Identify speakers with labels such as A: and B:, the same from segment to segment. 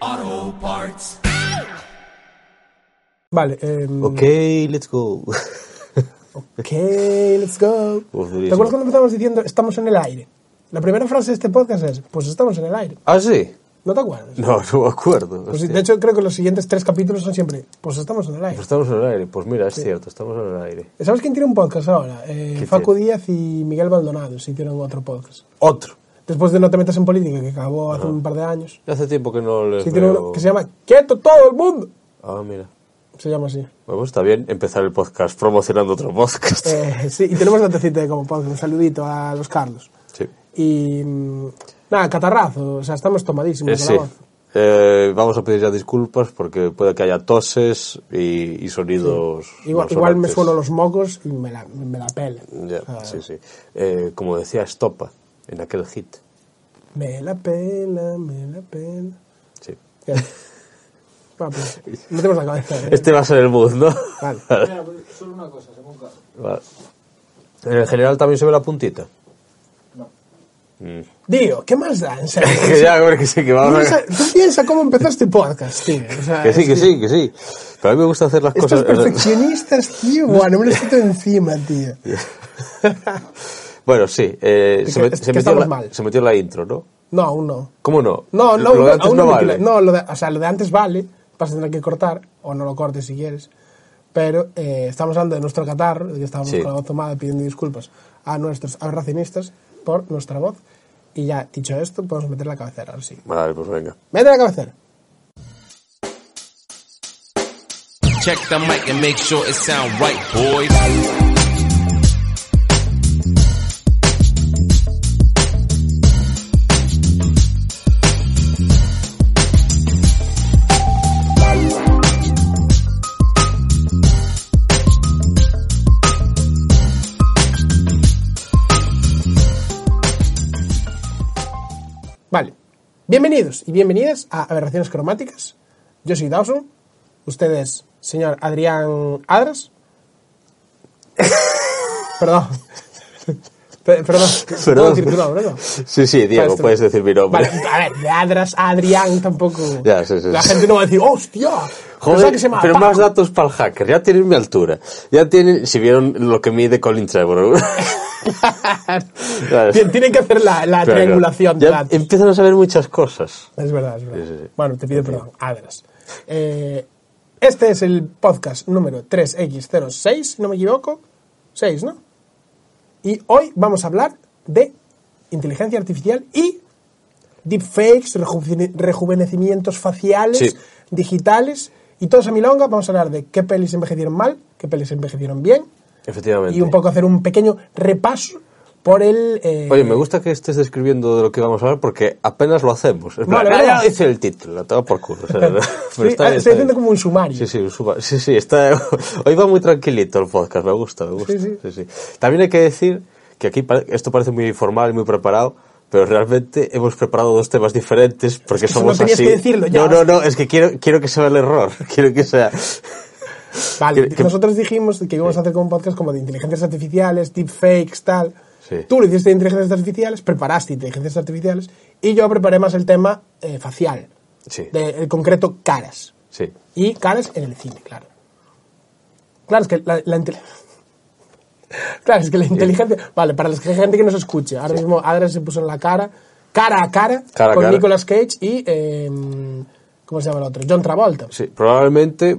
A: Auto parts.
B: Vale, eh,
C: Ok, let's go.
B: ok, let's go.
C: Uf, durísimo.
B: ¿Te acuerdas cuando empezamos diciendo estamos en el aire? La primera frase de este podcast es, pues estamos en el aire.
C: ¿Ah, sí?
B: ¿No te acuerdas?
C: No, no me acuerdo.
B: Pues sí,
C: hostia.
B: de hecho, creo que los siguientes tres capítulos son siempre, pues estamos en el aire.
C: Pues estamos en el aire. Pues mira, es cierto, estamos en el aire.
B: ¿Sabes quién tiene un podcast ahora? Eh,
C: ¿Qué
B: Facu Díaz y Miguel Maldonado, sí tienen otro podcast.
C: Otro.
B: Después de No te metas en política, que acabó hace un par de años.
C: Ya hace tiempo que no le
B: Sí tiene uno que se llama Quieto todo el mundo.
C: Ah, mira.
B: Se llama así.
C: Bueno, está bien empezar el podcast promocionando otro podcast.
B: Eh, sí, y tenemos la tacita de como podcast. Un saludito a los Carlos.
C: Sí.
B: Y mm, nada, catarrazo, o sea, estamos tomadísimos.
C: Eh,
B: de
C: sí.
B: la voz.
C: Eh, vamos a pedir ya disculpas porque puede que haya toses y, y sonidos.
B: Igual,
C: malsonantes.
B: igual me Ah. sueno los mocos y me la, me la pela.
C: Ya,
B: O sea,
C: sí, sí. Eh, como decía Estopa en aquel hit.
B: Me la pela, me la pela.
C: Sí.
B: Ya. Va, pues, no tenemos la cabeza. ¿eh?
C: Este va a ser el mood, ¿no?
B: Vale.
D: Mira, pues, solo una cosa, según caso.
C: Vale. En el general también se ve la puntita.
B: Tío, ¿qué más da? En serio?
C: que ya, hombre, que sí, que vamos a...
B: Piensa- Tú piensa cómo empezó este podcast, tío. O sea,
C: Que sí, que
B: es
C: sí, que sí. Pero a mí me gusta hacer las
B: Estos
C: cosas...
B: perfeccionistas, tío. Bueno, me lo quito encima, tío.
C: bueno, sí. eh,
B: Que-
C: se, met-
B: que
C: se metió
B: estamos
C: la,
B: mal.
C: se metió la intro, ¿no?
B: No, aún no.
C: ¿Cómo no?
B: No, no,
C: Lo de antes
B: aún
C: no
B: no, metí la-
C: vale.
B: no, lo de, o sea, lo de antes vale, vas a tener que cortar, o no lo cortes si quieres. Pero eh, estamos hablando de nuestro catarro, de que estábamos
C: Sí.
B: con la voz tomada pidiendo disculpas a nuestros abracinistas por nuestra voz. Y ya, dicho esto, podemos meter la cabecera, ahora sí.
C: Vale, pues venga.
B: ¡Mete la cabecera!
E: Check the mic and make sure it sound right, boys.
B: Vale. Bienvenidos y bienvenidas a Aberraciones Cromáticas. Yo soy Dawson. Usted es señor Adrián Adras. Perdón. Pe- Perdón. Puedo decir tu nombre, ¿no?
C: Sí, sí, Diego,
B: Sabes tú.
C: puedes decir mi nombre.
B: Vale, a ver, de Adras a Adrián tampoco.
C: Ya, sí, sí,
B: la
C: sí.
B: gente no va a decir, ¡hostia! pensaba
C: Joder,
B: que se llamaba
C: pero
B: Paco".
C: más datos para el hacker. Ya tienen mi altura. Ya tienen... Si vieron lo que mide Colin Trevor. Vale.
B: Tien- Tienen que hacer la, la
C: Pero
B: triangulación de
C: Ya em,
B: datos.
C: empiezan a saber muchas cosas.
B: Es verdad, es verdad.
C: Sí, sí, sí.
B: Bueno, te pido perdón, Adras. Eh, este es el podcast número 3X06, si no me equivoco. 6, ¿no? Y hoy vamos a hablar de inteligencia artificial y deepfakes, rejuve- rejuvenecimientos faciales,
C: Sí.
B: digitales. Y toda esa milonga, vamos a hablar de qué pelis envejecieron mal, qué pelis envejecieron bien.
C: Efectivamente.
B: Y un poco hacer un pequeño repaso por el... eh,
C: Oye, me gusta que estés describiendo de lo que vamos a hablar porque apenas lo hacemos. Es
B: Vale,
C: plan,
B: vale.
C: "Ah, ya dice el título, la tengo por culo. o sea, ¿no? Pero
B: Sí,
C: está
B: estoy
C: bien, está bien.
B: haciendo como un sumario.
C: Sí, sí, un suma- sí, sí, está... hoy va muy tranquilito el podcast, me gusta, me gusta.
B: Sí, sí.
C: sí. También hay que decir que aquí pare- esto parece muy formal y muy preparado. Pero realmente hemos preparado dos temas diferentes porque
B: eso
C: somos
B: no tenías
C: así.
B: que decirlo ya,
C: no, no,
B: hostia.
C: no, es que quiero, quiero que sea el error. Quiero que sea.
B: Vale,
C: Que- que-
B: nosotros dijimos que íbamos a hacer como un podcast como de inteligencias artificiales, deepfakes, tal.
C: Sí.
B: Tú lo hiciste de inteligencias artificiales, preparaste inteligencias artificiales y yo preparé más el tema eh, facial,
C: Sí.
B: de, el concreto caras.
C: Sí.
B: Y caras en el cine, claro. Claro, es que la, la intel- Claro, es que la inteligencia... Vale, para la gente que nos escuche, ahora mismo Adra se puso en la cara, cara a cara,
C: Cara a
B: con
C: cara.
B: Nicolas Cage y... eh, ¿Cómo se llama el otro? John Travolta.
C: Sí, probablemente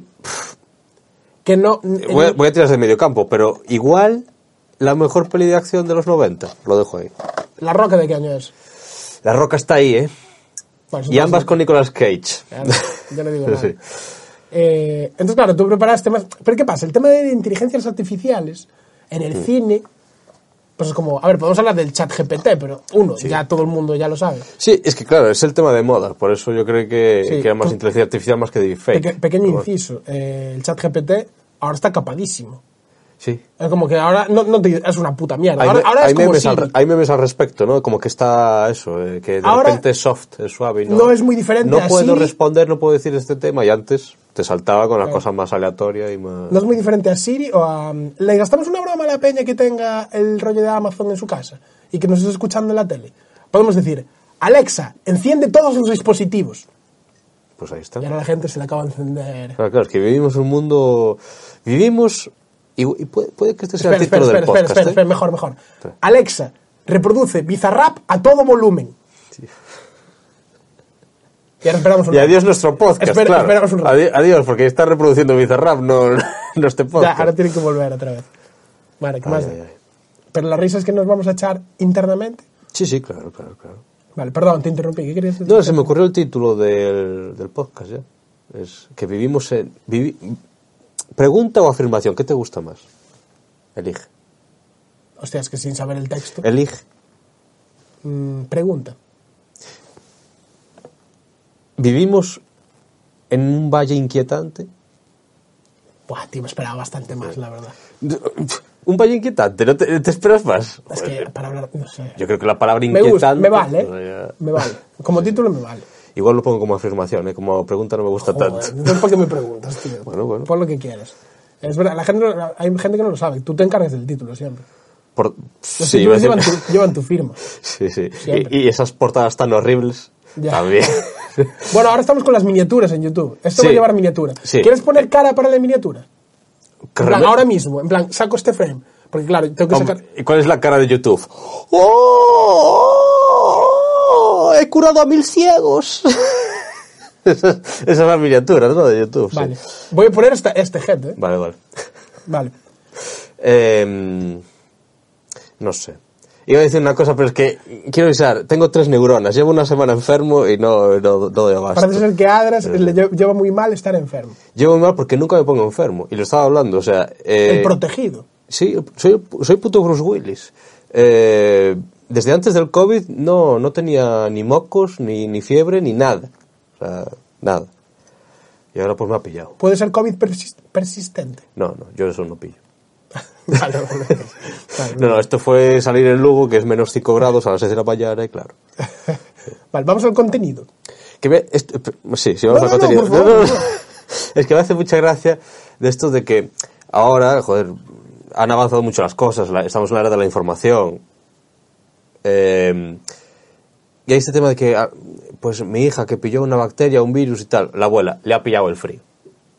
B: Que no...
C: Voy a, voy a tirar de medio campo, pero igual la mejor peli de acción de los 90. Lo dejo ahí.
B: ¿La roca de qué año es?
C: La Roca está ahí, ¿eh?
B: Bueno, eso
C: Y
B: no
C: ambas
B: sé.
C: con Nicolas Cage.
B: Ya no- ya no digo nada.
C: Sí.
B: Eh, entonces, claro,
C: Mm.
B: tú preparaste más. Pero ¿qué pasa? El tema de inteligencias artificiales en el cine, pues cosas como, a ver, podemos hablar del chat GPT, pero uno,
C: Sí.
B: ya todo el mundo ya lo sabe.
C: Sí, es que claro, es el tema de moda, por eso yo creo que,
B: Sí.
C: que era más inteligencia artificial más que deepfake.
B: Peque- pequeño
C: Pero bueno,
B: inciso, eh, el chat GPT ahora está capadísimo.
C: Sí.
B: Es como que ahora no, no te- es una puta mierda.
C: Hay,
B: Ahora,
C: me-
B: ahora
C: hay
B: es como
C: memes
B: si
C: al, hay memes al respecto, ¿no? Como que está eso, eh, que de
B: Ahora
C: repente es soft, es suave. y No,
B: no es muy diferente
C: No
B: a
C: puedo
B: Siri.
C: responder, no puedo decir este tema. Y antes te saltaba con la
B: Claro.
C: cosa más aleatoria y más...
B: no es muy diferente a Siri o a... mm, Le gastamos una broma a la peña que tenga el rollo de Amazon en su casa y que nos esté escuchando en la tele. Podemos decir, Alexa, enciende todos los dispositivos.
C: Pues ahí está.
B: Y ahora la gente se le acaba de encender.
C: Claro, claro, es que vivimos un mundo... Vivimos... Y, y puede, puede que este sea
B: Espera,
C: el título
B: espera, espera,
C: del podcast.
B: espera, espera,
C: ¿eh?
B: espera, mejor, mejor. Alexa, reproduce Bizarrap a todo volumen. Y ahora esperamos un
C: Y
B: rato.
C: adiós nuestro podcast,
B: Espera,
C: claro.
B: esperamos un rato.
C: Adi- Adiós, porque está reproduciendo Bizarrap, no, no este
B: Ya,
C: podcast.
B: ahora tienen que volver otra vez. Vale, ¿qué
C: Ay,
B: más?
C: ay,
B: da?
C: ay.
B: Pero las risas que nos vamos a echar internamente.
C: Sí, sí, claro, claro, claro.
B: Vale, perdón, te interrumpí. ¿Qué querías decir?
C: No, se me ocurrió el título del, del podcast ya. Es que vivimos en... vivi- Pregunta o afirmación, ¿qué te gusta más? Elige.
B: Hostia, es que sin saber el texto.
C: Elige.
B: Mm, pregunta.
C: ¿Vivimos en un valle inquietante?
B: Buah, tío, me esperaba bastante más, la verdad.
C: ¿Un valle inquietante? ¿No te, te esperas más?
B: Es que para hablar, no sé.
C: Yo creo que la palabra
B: Me
C: inquietante...
B: gusta, me vale,
C: o sea,
B: me vale. Como título me vale.
C: Igual lo pongo como afirmación, ¿eh? como pregunta no me gusta
B: Joder,
C: tanto.
B: no es porque me preguntas, tío.
C: Bueno, bueno.
B: Pon lo que quieras. Es verdad, la gente, no- hay gente que no lo sabe. Tú te encargas del título siempre.
C: Por-
B: Los
C: Sí, iba a
B: títulos llevan,
C: decir-
B: tu, llevan tu firma.
C: sí, sí.
B: Siempre.
C: Y, y esas portadas tan horribles
B: Ya.
C: también.
B: Bueno, ahora estamos con las miniaturas en YouTube. Esto
C: Sí.
B: va a llevar miniatura.
C: Sí.
B: ¿Quieres poner cara para la miniatura? En plan,
C: Realmente-
B: ahora mismo, en plan, saco este frame. Porque claro, tengo que sacar...
C: Hombre, ¿y ¿Cuál es la cara de YouTube? ¡Oh! ¡He curado a mil ciegos! Esa esa es la miniatura, ¿no? De YouTube. sí.
B: Vale. Voy a poner esta, este head, ¿eh?
C: Vale, vale.
B: Vale.
C: Em, no sé. Iba a decir una cosa, pero es que quiero avisar. Tengo tres neuronas. Llevo una semana enfermo y no, no, no doy abasto.
B: Parece ser que a Adras le lle- lleva muy mal estar enfermo.
C: Llevo mal porque nunca me pongo enfermo. Y lo estaba hablando, o sea... eh,
B: El protegido.
C: Sí, soy, soy puto Bruce Willis. Eh, desde antes del COVID no, no tenía ni mocos, ni, ni fiebre, ni nada. O sea, nada. Y ahora pues me ha pillado.
B: Puede ser COVID persis- persistente.
C: No, no, yo eso no pillo.
B: Vale, vale. Vale,
C: No, no, esto fue salir en Lugo, que es menos 5 grados a las 6 de la mañana, y claro.
B: Vale, vamos al contenido.
C: Que me- esto- sí, sí, vamos
B: No,
C: al
B: no, no,
C: contenido.
B: por favor, por favor.
C: Es que me hace mucha gracia de esto de que ahora, joder, han avanzado mucho las cosas, la- estamos en la era de la información. Eh, y hay este tema de que, ah, pues mi hija que pilló una bacteria, un virus y tal, la abuela le ha pillado el frío.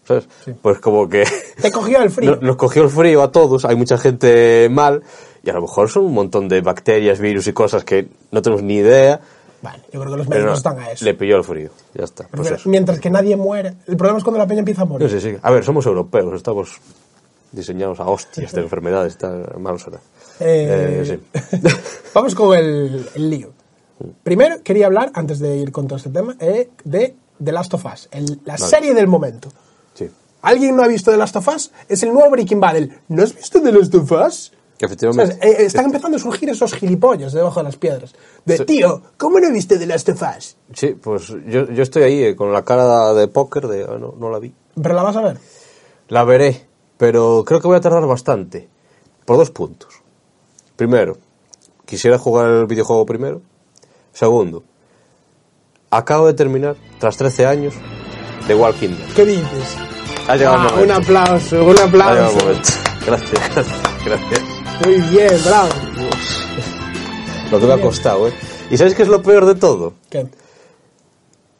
C: ¿Sabes? Pues como que
B: Te cogió el frío.
C: no- nos cogió el frío a todos, hay mucha gente mal, y a lo mejor son un montón de bacterias, virus y cosas que no tenemos ni idea.
B: Vale, yo creo que los
C: Pero
B: médicos
C: no,
B: están a eso.
C: Le pilló el frío. Ya está.
B: Pero
C: Pues
B: mira,
C: eso.
B: mientras que nadie muere. El problema es cuando la peña empieza a morir.
C: No sé, sí. A ver, somos europeos, estamos diseñados a hostias de enfermedades, está mal será.
B: Eh,
C: Eh, sí.
B: vamos con el, el lío. Primero, quería hablar, antes de ir con todo este tema, eh, de The Last of Us, el- la serie del momento.
C: sí.
B: ¿Alguien no ha visto The Last of Us? Es el nuevo Breaking Bad. el, ¿No has visto The Last of Us?
C: Que
B: ¿Sabes?
C: efectivamente.
B: Eh, eh, están empezando a surgir esos gilipollas debajo de las piedras. De,
C: Sí.
B: tío, ¿cómo no viste The Last of Us?
C: Sí, pues yo, yo estoy ahí eh, con la cara de póker de. "Ah, no, no la vi.
B: Pero la vas a ver.
C: La veré, pero creo que voy a tardar bastante. Por dos puntos. Primero, quisiera jugar el videojuego primero. Segundo, acabo de terminar, tras 13 años, The Walking Dead.
B: ¿Qué dices?
C: Ha llegado el
B: Ah, un
C: momento.
B: aplauso, un
C: Ha llegado el
B: aplauso.
C: momento. Gracias, gracias, gracias.
B: Muy bien, bravo.
C: Lo que me ha costado, ¿eh? ¿Y sabes qué es lo peor de todo?
B: ¿Qué?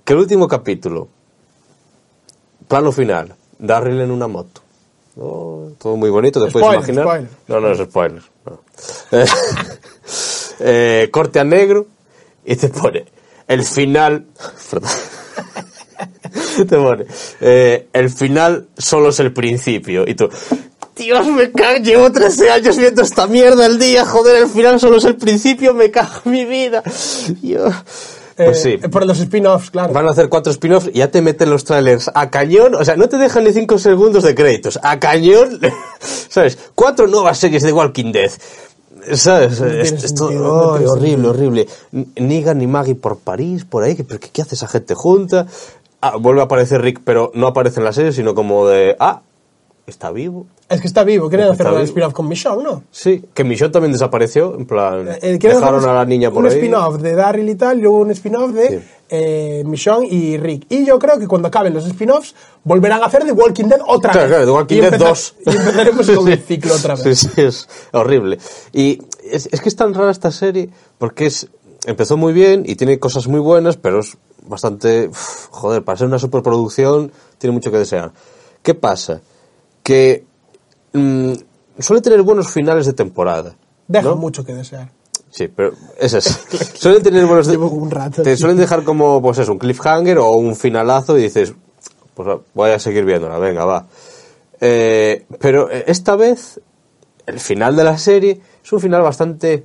C: Que el último capítulo, plano final, Darryl en una moto. Oh, todo muy bonito, te
B: Spoiler,
C: puedes imaginar.
B: spoiler.
C: No, no es spoiler. no. Eh, eh, corte a negro y te pone el final. Perdón. te pone eh, el final solo es el principio. Y tú. Dios, me cago, llevo 13 años viendo esta mierda el día, joder, el final solo es el principio, me cago en mi vida. Dios. Pues
B: Eh,
C: sí,
B: Por los spin-offs, claro.
C: Van a hacer cuatro spin-offs y ya te meten los trailers a cañón. O sea, no te dejan ni cinco segundos de créditos. A cañón. ¿Sabes? Cuatro nuevas series de Walking Dead. ¿Sabes?
B: tiene
C: Es- es todo-
B: sentido,
C: horrible,
B: es
C: horrible, horrible. N- Negan y Maggie por París, por ahí, que- pero ¿qué, qué hace esa gente junta? Ah, vuelve a aparecer Rick, pero no aparece en la serie, sino como de, ah, está vivo.
B: Es que está vivo, quieren
C: Está
B: hacer un
C: vivo.
B: spin-off con Michonne, ¿no?
C: Sí, que Michonne también desapareció, en plan,
B: Eh, quieren hacer
C: dejaron
B: un-
C: a la niña por
B: Un
C: ahí.
B: spin-off de Daryl y tal, y luego un spin-off de
C: Sí.
B: eh, Michonne y Rick. Y yo creo que cuando acaben los spin-offs, volverán a hacer The Walking Dead otra
C: Claro,
B: vez.
C: claro, The Walking
B: Y
C: Dead
B: empezar-
C: 2.
B: Y empezaremos con el ciclo otra vez.
C: Sí, sí, es horrible. Y es, es que es tan rara esta serie porque es empezó muy bien y tiene cosas muy buenas, pero es bastante... uf, joder, para ser una superproducción tiene mucho que desear. ¿Qué pasa? Que mm, suele tener buenos finales de temporada.
B: Deja
C: ¿no?
B: mucho que desear.
C: Sí, pero ese es. Suelen tener buenos.
B: Llevo un rato
C: Te
B: así.
C: suelen dejar como, pues eso, un cliffhanger o un finalazo y dices, pues va, voy a seguir viéndola, venga, va. Eh, pero eh, esta vez, el final de la serie es un final bastante.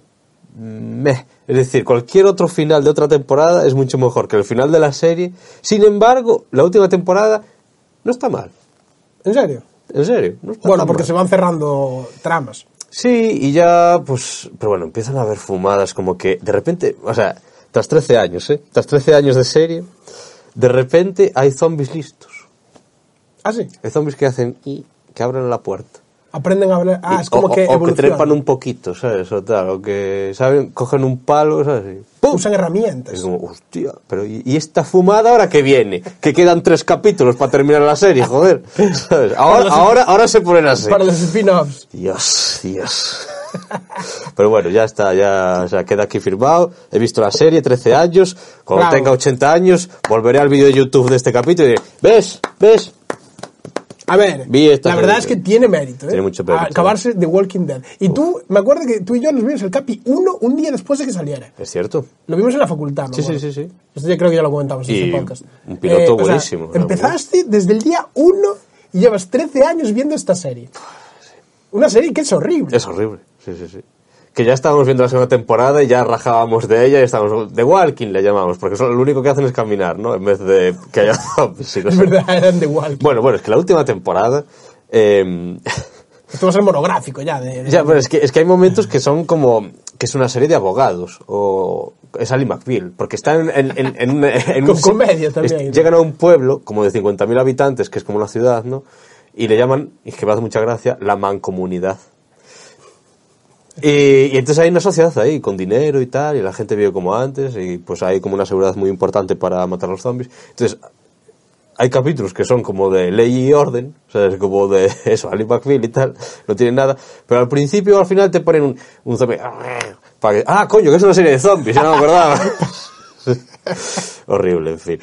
C: meh. Es decir, cualquier otro final de otra temporada es mucho mejor que el final de la serie. Sin embargo, la última temporada no está mal.
B: ¿En serio?
C: En serio. no está
B: Bueno,
C: tan
B: porque
C: mal.
B: se van cerrando tramas.
C: Sí, y ya, pues, pero bueno, empiezan a haber fumadas, como que de repente, o sea, tras 13 años, ¿eh? Tras 13 años de serie, de repente hay zombies listos.
B: Ah, sí.
C: Hay zombies que hacen y que abren la puerta.
B: Aprenden a hablar. Ah,
C: Y-
B: es como
C: o,
B: que
C: o- o que
B: evolucionan.
C: trepan un poquito, ¿sabes? O tal, o que, ¿saben? Cogen un palo, ¿sabes? Y ¡pum!
B: Usan herramientas.
C: Es como, hostia, pero ¿y y esta fumada ahora que viene? Que quedan tres capítulos para terminar la serie, joder. ¿Sabes? Ahora, ahora, ahora se ponen así.
B: Para los spin-offs.
C: Dios, Dios. Pero bueno, ya está, ya o sea, queda aquí firmado. He visto la serie, 13 años. Cuando
B: Bravo.
C: tenga 80 años, volveré al vídeo de YouTube de este capítulo y diré, ¿ves? ¿Ves?
B: A ver,
C: Vi esta
B: la verdad
C: serie.
B: es que tiene mérito, ¿eh?
C: Tiene mucho mérito.
B: Acabarse The Walking Dead. Y tú, me acuerdo que tú y yo nos vimos el Capi 1 un día después de que saliera.
C: Es cierto.
B: Lo vimos en la facultad, me
C: Sí,
B: acuerdo.
C: sí, sí, sí.
B: Esto ya creo que ya lo comentamos en
C: Y
B: este podcast.
C: un piloto
B: o sea,
C: buenísimo, ¿no?
B: empezaste desde el día 1 y llevas 13 años viendo esta serie. Una serie que es horrible.
C: Es horrible. Sí, sí, sí. Que ya estábamos viendo la segunda temporada y ya rajábamos de ella y estábamos... The Walking le llamamos, porque solo- lo único que hacen es caminar, ¿no? En vez de que haya zombies. sí, no
B: Es
C: sé.
B: verdad, eran The Walking
C: Bueno, bueno, es que la última temporada... em,
B: Esto va a ser monográfico ya. De,
C: Ya, pero es que, es que hay momentos que son como que es una serie de abogados o es Ali McBeal, porque están en, en, en, en- en
B: Con comedia también, ¿no?
C: llegan a un pueblo como de 50.000 habitantes, que es como una ciudad, ¿no? Y le llaman, y es que me hace mucha gracia, la mancomunidad. Y, y entonces hay una sociedad ahí, con dinero y tal, y la gente vive como antes, y pues hay como una seguridad muy importante para matar a los zombies. Entonces, hay capítulos que son como de ley y orden, o sea, es como de eso, Ali McBeal y tal, no tienen nada, pero al principio al final te ponen un, un zombie. para que- ah, coño, que es una serie de zombies, ya no me acordaba. Horrible, en fin.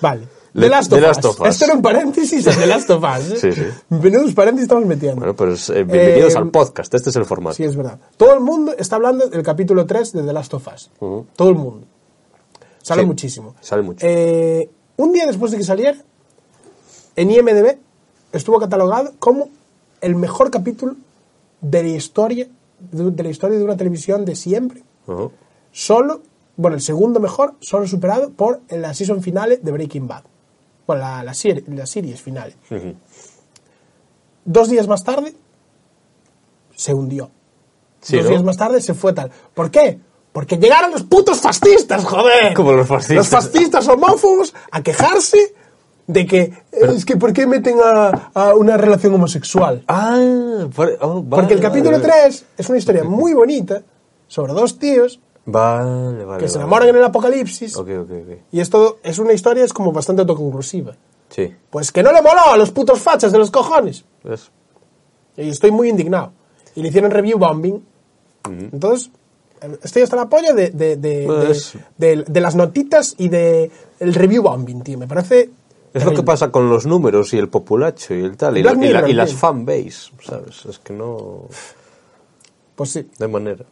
B: Vale. The
C: Le-
B: Last,
C: The
B: of,
C: Last
B: Us.
C: of Us.
B: Esto era un paréntesis de The Last of Us. ¿eh?
C: Sí, sí.
B: Menudos paréntesis estamos metiendo.
C: Bueno, pues eh, bienvenidos
B: Eh,
C: al podcast, este es el formato.
B: Sí, es verdad. Todo el mundo está hablando del capítulo 3 de The Last of Us. Todo el mundo. Sale
C: Sí,
B: muchísimo.
C: sale mucho.
B: Eh, un día después de que saliera, en IMDB estuvo catalogado como el mejor capítulo de la historia de, de la historia de una televisión de siempre.
C: Ujú.
B: Solo, bueno, el segundo mejor, solo superado por la season finale de Breaking Bad. Bueno, la, la, serie- la series finales. Dos días más tarde, se hundió.
C: Sí,
B: Dos
C: ¿no?
B: días más tarde se fue tal. ¿Por qué? Porque llegaron los putos fascistas, joder.
C: Como los fascistas.
B: Los fascistas homófobos a quejarse de que. eh, es que, ¿por qué meten a, a una relación homosexual?
C: Ah, por- oh, vale,
B: Porque el
C: vale,
B: capítulo
C: vale.
B: 3 es una historia muy bonita sobre dos tíos
C: Vale, vale.
B: que se
C: vale.
B: enamoran en el apocalipsis.
C: Ok, ok, ok.
B: Y esto es una historia, es como bastante autoconclusiva.
C: Sí,
B: Pues que no le moló a los putos fachas de los cojones.
C: ¿ves?
B: Y estoy muy indignado. Y le hicieron review bombing. Entonces, eh, estoy hasta la polla de, de, de,
C: Pues-
B: de- de- de las notitas y de el review bombing, tío. Me parece.
C: Es lo que
B: terrible.
C: pasa con los números y el populacho y el tal, y,
B: Black
C: la- y la-
B: Mirror,
C: y las
B: tío.
C: fanbase, ¿sabes? Es que no...
B: Pues sí.
C: De manera.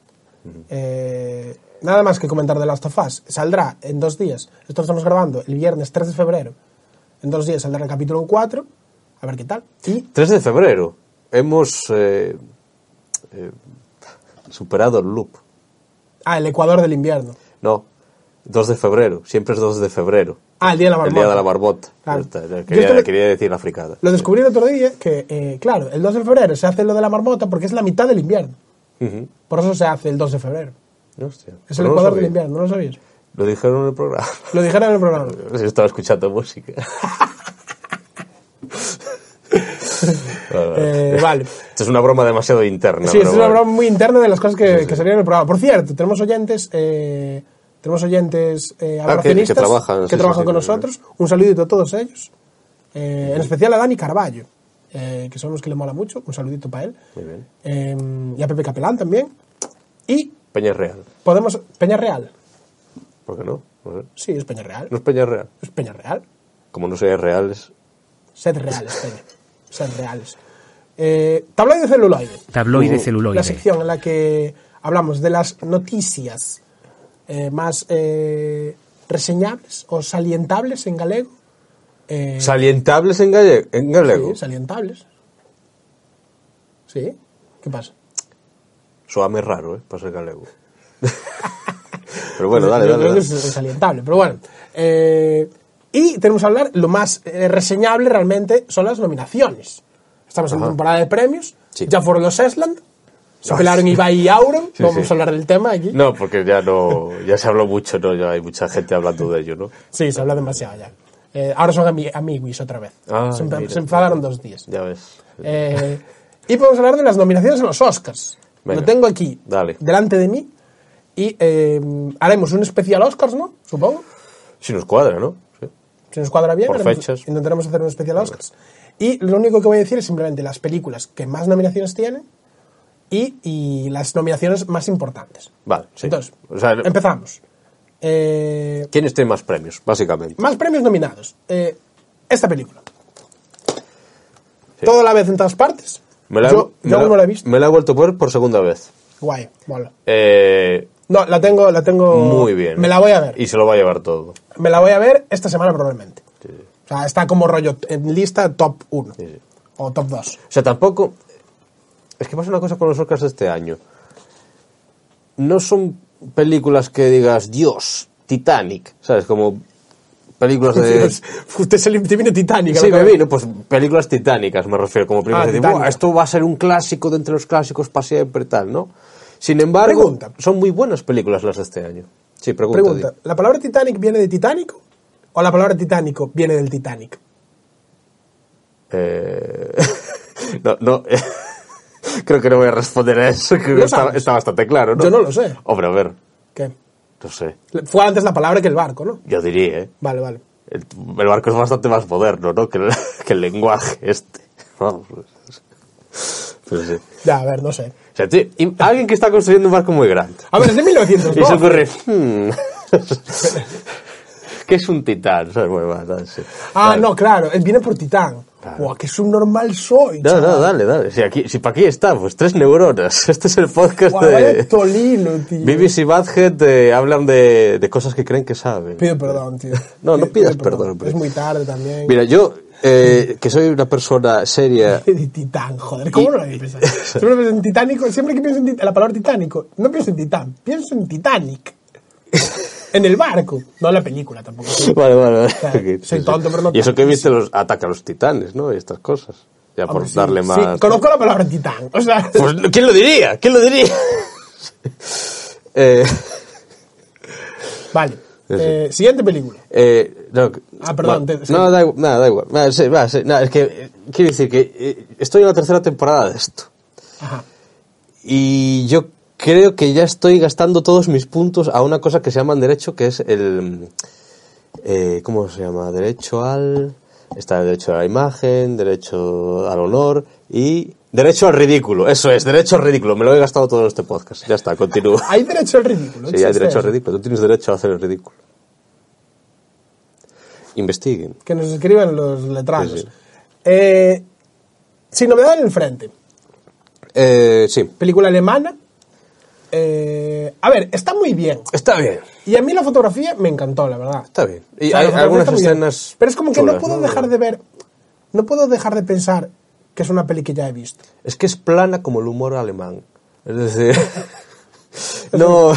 B: Eh, nada más que comentar de Last of Us. Saldrá en dos días. Esto lo estamos grabando el viernes 3 de febrero. En dos días saldrá el capítulo 4. A ver qué tal. Y
C: 3 de febrero. Hemos eh, eh, superado el loop.
B: Ah, el Ecuador del invierno.
C: No, 2 de febrero. Siempre es 2 de febrero.
B: Ah, el día de la
C: El
B: barbota.
C: día de la barbota.
B: Claro.
C: Ya está, ya
B: Yo
C: Quería,
B: esto lo-
C: quería decir la fricada.
B: Lo descubrí el otro día que, eh, claro, el 2 de febrero se hace lo de la marmota porque es la mitad del invierno. Por eso se hace el 2 de febrero.
C: Hostia,
B: Es el
C: no lo
B: Ecuador del
C: sabía.
B: invierno, ¿no lo sabías?
C: Lo dijeron en el programa.
B: Lo dijeron en el programa.
C: Se estaba escuchando música.
B: Eh, vale.
C: Esto es una broma demasiado interna.
B: sí,
C: pero
B: es una
C: bueno.
B: broma muy interna de las cosas que, que salían en el programa. Por cierto, tenemos oyentes, eh, tenemos oyentes eh,
C: Ah, que-
B: abracionistas
C: que trabajan, sí, sí, sí,
B: con
C: sí.
B: nosotros. Un saludito a todos ellos. Eh, en especial a Dani Carballo, eh, que sabemos que le mola mucho. Un saludito para él.
C: Muy bien.
B: Eh, y a Pepe Capelán también. Y
C: Peña Real.
B: podemos... Peña Real.
C: ¿Por qué no? No, sé.
B: Sí, es Peña Real.
C: No es Peña Real.
B: Es Peña Real.
C: Como no sea real, es
B: Sed reales, Peña. Sed reales. Eh, tabloide celuloide.
F: Tabloide
B: La
F: celuloide.
B: sección en la que hablamos de las noticias eh, más eh, reseñables o salientables en galego. Eh,
C: Salientables en, galle- en galego.
B: sí, salientables. Sí. ¿Qué pasa?
C: Suame raro, ¿eh? Para ser galego. Pero bueno, dale,
B: Yo
C: dale.
B: creo que
C: dale.
B: es salientable, pero bueno. Eh, y tenemos que hablar, lo más eh, reseñable realmente son las nominaciones. Estamos en
C: Ajá.
B: temporada de premios.
C: Sí.
B: Ya fueron los Esland. Se
C: Ay,
B: pelaron
C: sí.
B: Ibai y Auron.
C: Sí,
B: Vamos
C: sí.
B: a hablar del tema aquí.
C: No, porque ya no, ya se habló mucho, ¿no? Ya hay mucha gente hablando de ello, ¿no?
B: Sí, se habla demasiado ya. Eh, ahora son ami- amiguis otra vez.
C: Ay,
B: se, empa-
C: Ah, mira.
B: se enfadaron dos días.
C: Ya ves.
B: Eh, y podemos hablar de las nominaciones a los Oscars.
C: Venga,
B: Lo tengo aquí,
C: dale.
B: delante de mí. Y eh, haremos un especial Oscars, ¿no? Supongo.
C: Si nos cuadra, ¿no? Sí.
B: Si nos cuadra bien,
C: Por
B: haremos-
C: fechas.
B: intentaremos hacer un especial Oscars. Y lo único que voy a decir es simplemente las películas que más nominaciones tienen y, y las nominaciones más importantes.
C: Vale, sí.
B: Entonces,
C: O sea,
B: empezamos. Eh,
C: ¿Quiénes tienen más premios, básicamente?
B: más premios nominados. Eh, esta película. Toda la vez en todas partes. yo yo aún no la he visto.
C: Me la he vuelto a ver por segunda vez.
B: Guay, mola.
C: Eh,
B: No, la tengo, la tengo.
C: muy bien.
B: Me la voy a ver.
C: Y se lo va a llevar todo.
B: Me la voy a ver esta semana probablemente. O sea, está como rollo en lista top 1.
C: sí.
B: O top 2.
C: O sea, tampoco. Es que pasa una cosa con los Oscars de este año. No son películas que digas, Dios, Titanic, ¿sabes? Como películas de.
B: Dios, Pues, Usted se le te viene Titanic. a la
C: Sí, me
B: cabeza.
C: vino, pues películas titánicas me refiero, como películas
B: Ah,
C: de
B: titánica.
C: "Buah, esto va a ser un clásico de entre los clásicos para siempre, tal, ¿no? Sin embargo,
B: Pregunta.
C: son muy buenas películas las de este año. Sí, pregunta.
B: Pregunta,
C: di.
B: ¿la palabra Titanic viene de titánico? ¿O la palabra titánico viene del Titanic?
C: Eh, no, no. creo que no voy a responder a eso, creo que
B: Lo
C: está,
B: sabes.
C: está bastante claro, ¿no?
B: Yo no lo sé.
C: Hombre, a ver,
B: ¿Qué?
C: no sé.
B: Fue antes la palabra que el barco, ¿no?
C: Yo diría, ¿eh?
B: Vale, vale.
C: El, el barco es bastante más moderno, ¿no? Que el, que el lenguaje este. Vamos. Pero sí.
B: Ya, a ver, no sé.
C: O sea, tío, im- alguien que está construyendo un barco muy grande.
B: A ver, es de
C: Y se
B: 1902.
C: ocurre, hmm, que es un titán, ¿sabes? Bueno, va, dale, sí.
B: Ah,
C: Dale.
B: no, claro, él viene por Titán.
C: Claro.
B: Buah, qué subnormal soy.
C: No, no, dale, dale. Si, aquí, si para aquí está, pues tres neuronas. Este es el podcast
B: Buah, vaya
C: de...
B: tolino, tío.
C: BBC y Badhead eh, hablan de, de cosas que creen que saben.
B: Pido perdón, tío.
C: No, no
B: Pido-
C: pidas
B: pido
C: perdón. hombre.
B: Es muy tarde también.
C: Mira, yo, eh, que soy una persona seria...
B: De Titán, joder, ¿cómo no lo había pensado? Siempre pienso en Titánico, siempre que pienso en tit- la palabra Titánico, no pienso en Titán, pienso en Titanic. en el barco, no en la película tampoco.
C: Vale, vale, vale.
B: Claro,
C: Ok,
B: soy tonto, pero no
C: Y eso que
B: tonto,
C: viste los ataca a los titanes, ¿no? Y estas cosas. Ya por
B: Hombre, sí,
C: darle
B: sí,
C: más...
B: conozco la palabra Titán, o sea,
C: Pues, ¿quién lo diría? ¿Quién lo diría? eh,
B: vale. Eh, siguiente película.
C: eh, no,
B: Ah, perdón,
C: va-
B: te- sí.
C: no, da igual, nada, da igual. Nada, sí, va, sí, nada, es que eh, quiero decir que eh, estoy en la tercera temporada de esto.
B: Ajá.
C: Y yo creo que ya estoy gastando todos mis puntos a una cosa que se llama en derecho, que es el... eh, ¿Cómo se llama? Derecho al... Está el derecho a la imagen, derecho al honor y... Derecho al ridículo, eso es, derecho al ridículo. Me lo he gastado todo en este podcast. Ya está, continúo.
B: Hay derecho al ridículo.
C: Sí, hay
B: existe
C: derecho al
B: eso.
C: ridículo. Tú tienes derecho a hacer el ridículo. Investiguen.
B: Que nos escriban los letrados.
C: Sí, sí.
B: Eh, sin novedad en el frente.
C: Eh, sí.
B: Película alemana. Eh, a ver, está muy bien.
C: Está bien.
B: Y a mí la fotografía me encantó, la verdad.
C: Está bien. Y
B: O sea,
C: hay
B: la fotografía
C: algunas
B: está muy bien.
C: escenas.
B: Pero es como que no
C: chulas,
B: puedo dejar de ver. No puedo dejar de pensar que es una peli que ya he visto.
C: Es que es plana como el humor alemán. Es decir. no.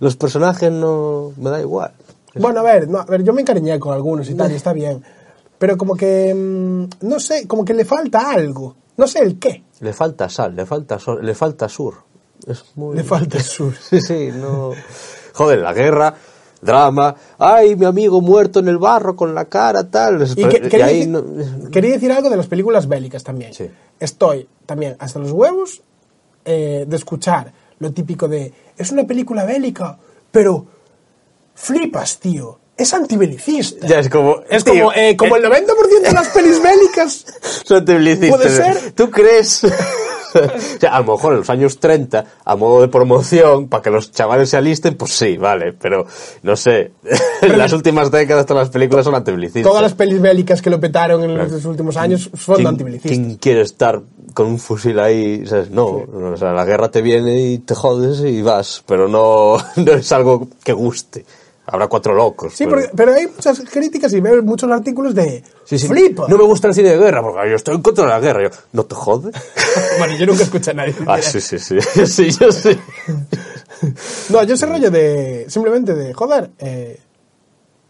C: Los personajes no. Me da igual.
B: Bueno, a ver, no, a ver, yo me encariñé con algunos y tal, y está bien. Pero como que. mm, No sé, como que le falta algo. No sé el qué.
C: Le falta sal, le falta sol, le falta sur. Es muy...
B: Le falta el sur.
C: Sí, sí, no. Joder, la guerra, drama. Ay, mi amigo muerto en el barro con la cara, tal.
B: Y,
C: Pero-
B: que-
C: y
B: quería,
C: ahí
B: decir,
C: no-
B: quería decir algo de las películas bélicas también.
C: Sí.
B: Estoy también hasta los huevos eh, de escuchar lo típico de es una película bélica, pero flipas, tío. Es antibelicista.
C: Ya es como-
B: Es
C: tío,
B: como, eh, como el 90% de las pelis bélicas.
C: No te bliciste.
B: ¿Puede ser?
C: ¿Tú crees? o sea, a lo mejor en los años 30, a modo de promoción, para que los chavales se alisten, pues sí, vale, pero no sé. en las últimas décadas todas las películas son antiblicistas.
B: Todas las pelis bélicas que lo petaron en los últimos años son
C: ¿Quién,
B: antibelicistas.
C: quién quiere estar con un fusil ahí? ¿Sabes? No, o sea, la guerra te viene y te jodes y vas, pero no, no es algo que guste. Habrá cuatro locos.
B: Sí,
C: pero-
B: porque- pero hay muchas críticas y veo muchos artículos de
C: Sí, sí.
B: flipa.
C: No me gusta el cine de guerra, porque yo estoy en contra de la guerra. Yo, ¿No te jodes?
B: bueno, yo nunca escuché a nadie.
C: Ah, sí, sí, sí. sí, yo sí.
B: No, yo ese rollo de simplemente de joder. Eh,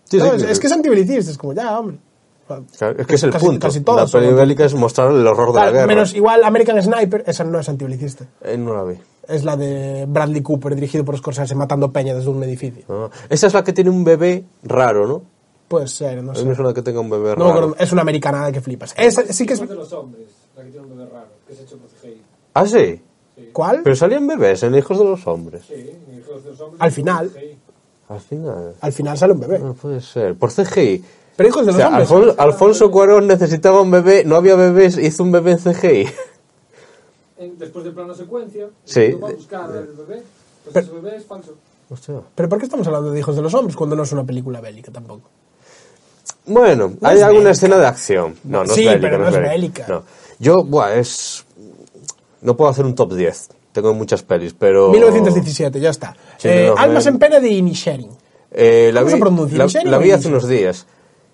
C: Sí,
B: no,
C: sí,
B: es,
C: sí.
B: es que es antibelicista, es como ya, hombre.
C: Claro, es que es el
B: Casi-
C: punto.
B: casi todas
C: la
B: son
C: peli bélica es mostrar el horror de la
B: Claro,
C: guerra.
B: menos igual American Sniper, esa no es antibelicista.
C: Eh, no la vi.
B: Es la de Bradley Cooper, dirigido por Scorsese, matando peña desde un edificio.
C: No. Esa es la que tiene un bebé raro, ¿no?
B: Puede ser, no
C: A mí
B: sé.
C: me suena que tenga un
B: No
C: bebé
B: me
C: raro.
B: acuerdo, es una americanada que flipas. Esa sí que es.
D: Es de los hombres, la que tiene un bebé raro, que se ha hecho proteger.
C: Ah, sí.
B: ¿Cuál?
C: Pero salían bebés en Hijos de los Hombres.
D: Sí, en Hijos de los hombres.
B: Al final.
D: Sí.
C: Al final.
B: Al final sale un bebé.
C: No puede ser. Por CGI.
B: Pero hijos de
C: Mm.
B: los
C: O sea,
B: hombres.
C: Alfon- Alfonso Cuarón necesitaba un bebé, no había bebés, hizo un bebé en CGI.
D: En- después del plano secuencia,
C: Sí.
D: sí. va a buscar al bebé, pues
B: Pero-
D: ese bebé es falso.
C: Hostia.
B: Pero ¿por qué estamos hablando de hijos de los hombres cuando no es una película bélica tampoco?
C: Bueno,
B: No
C: hay
B: es
C: alguna
B: bélica.
C: escena de acción. No, no
B: Sí,
C: es bélica.
B: pero no es bélica.
C: No. Yo, buah, es. No puedo hacer un top 10. Tengo muchas pelis, pero.
B: 1917, ya está.
C: Oh. Sí,
B: Eh,
C: no, no,
B: Almas
C: no.
B: en pena de Inisherin.
C: Eh, la
B: ¿Cómo
C: vi,
B: se pronuncia?
C: la-
B: ¿Nishin o
C: la vi hace
B: Nishin?
C: unos días.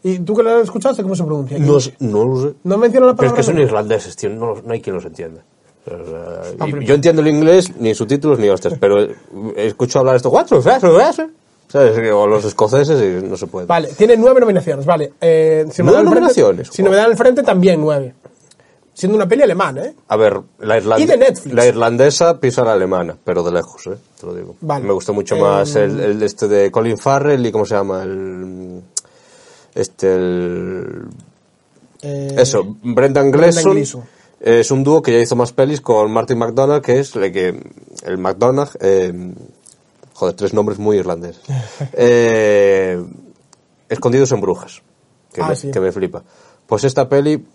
B: ¿Y tú que lo has escuchado? ¿Cómo se pronuncia?
C: No, es- no lo sé.
B: No menciona la
C: Pero es
B: palabra.
C: que son
B: nunca.
C: irlandeses, tío. No, los- no hay quien los entienda. O sea, y-
B: Hombre.
C: yo entiendo el inglés, ni subtítulos ni hostias, pero eh, escucho hablar esto. "What's up, what's up, what's up?" ¿Sabes? O los escoceses y no se puede.
B: Vale, tiene nueve nominaciones, vale. Eh, si me dan
C: Nueve
B: al frente-
C: nominaciones,
B: si no me
C: joder.
B: dan al frente, también nueve. Siendo una peli alemana, ¿eh?
C: A ver, la, irland-
B: Y de Netflix.
C: la irlandesa pisa la alemana, pero de lejos, ¿eh? te lo digo.
B: Vale.
C: Me gustó mucho
B: Eh,
C: más el, el este de Colin Farrell y cómo se llama el... Este, el...
B: Eh,
C: Eso, Brendan Gleeson.
B: Gleeson.
C: Es un dúo que ya hizo más pelis con Martin McDonagh, que es el que... El McDonagh... eh, joder, tres nombres muy irlandeses. Eh, Escondidos en Brujas, que,
B: Ah,
C: me,
B: sí.
C: que me flipa. Pues esta peli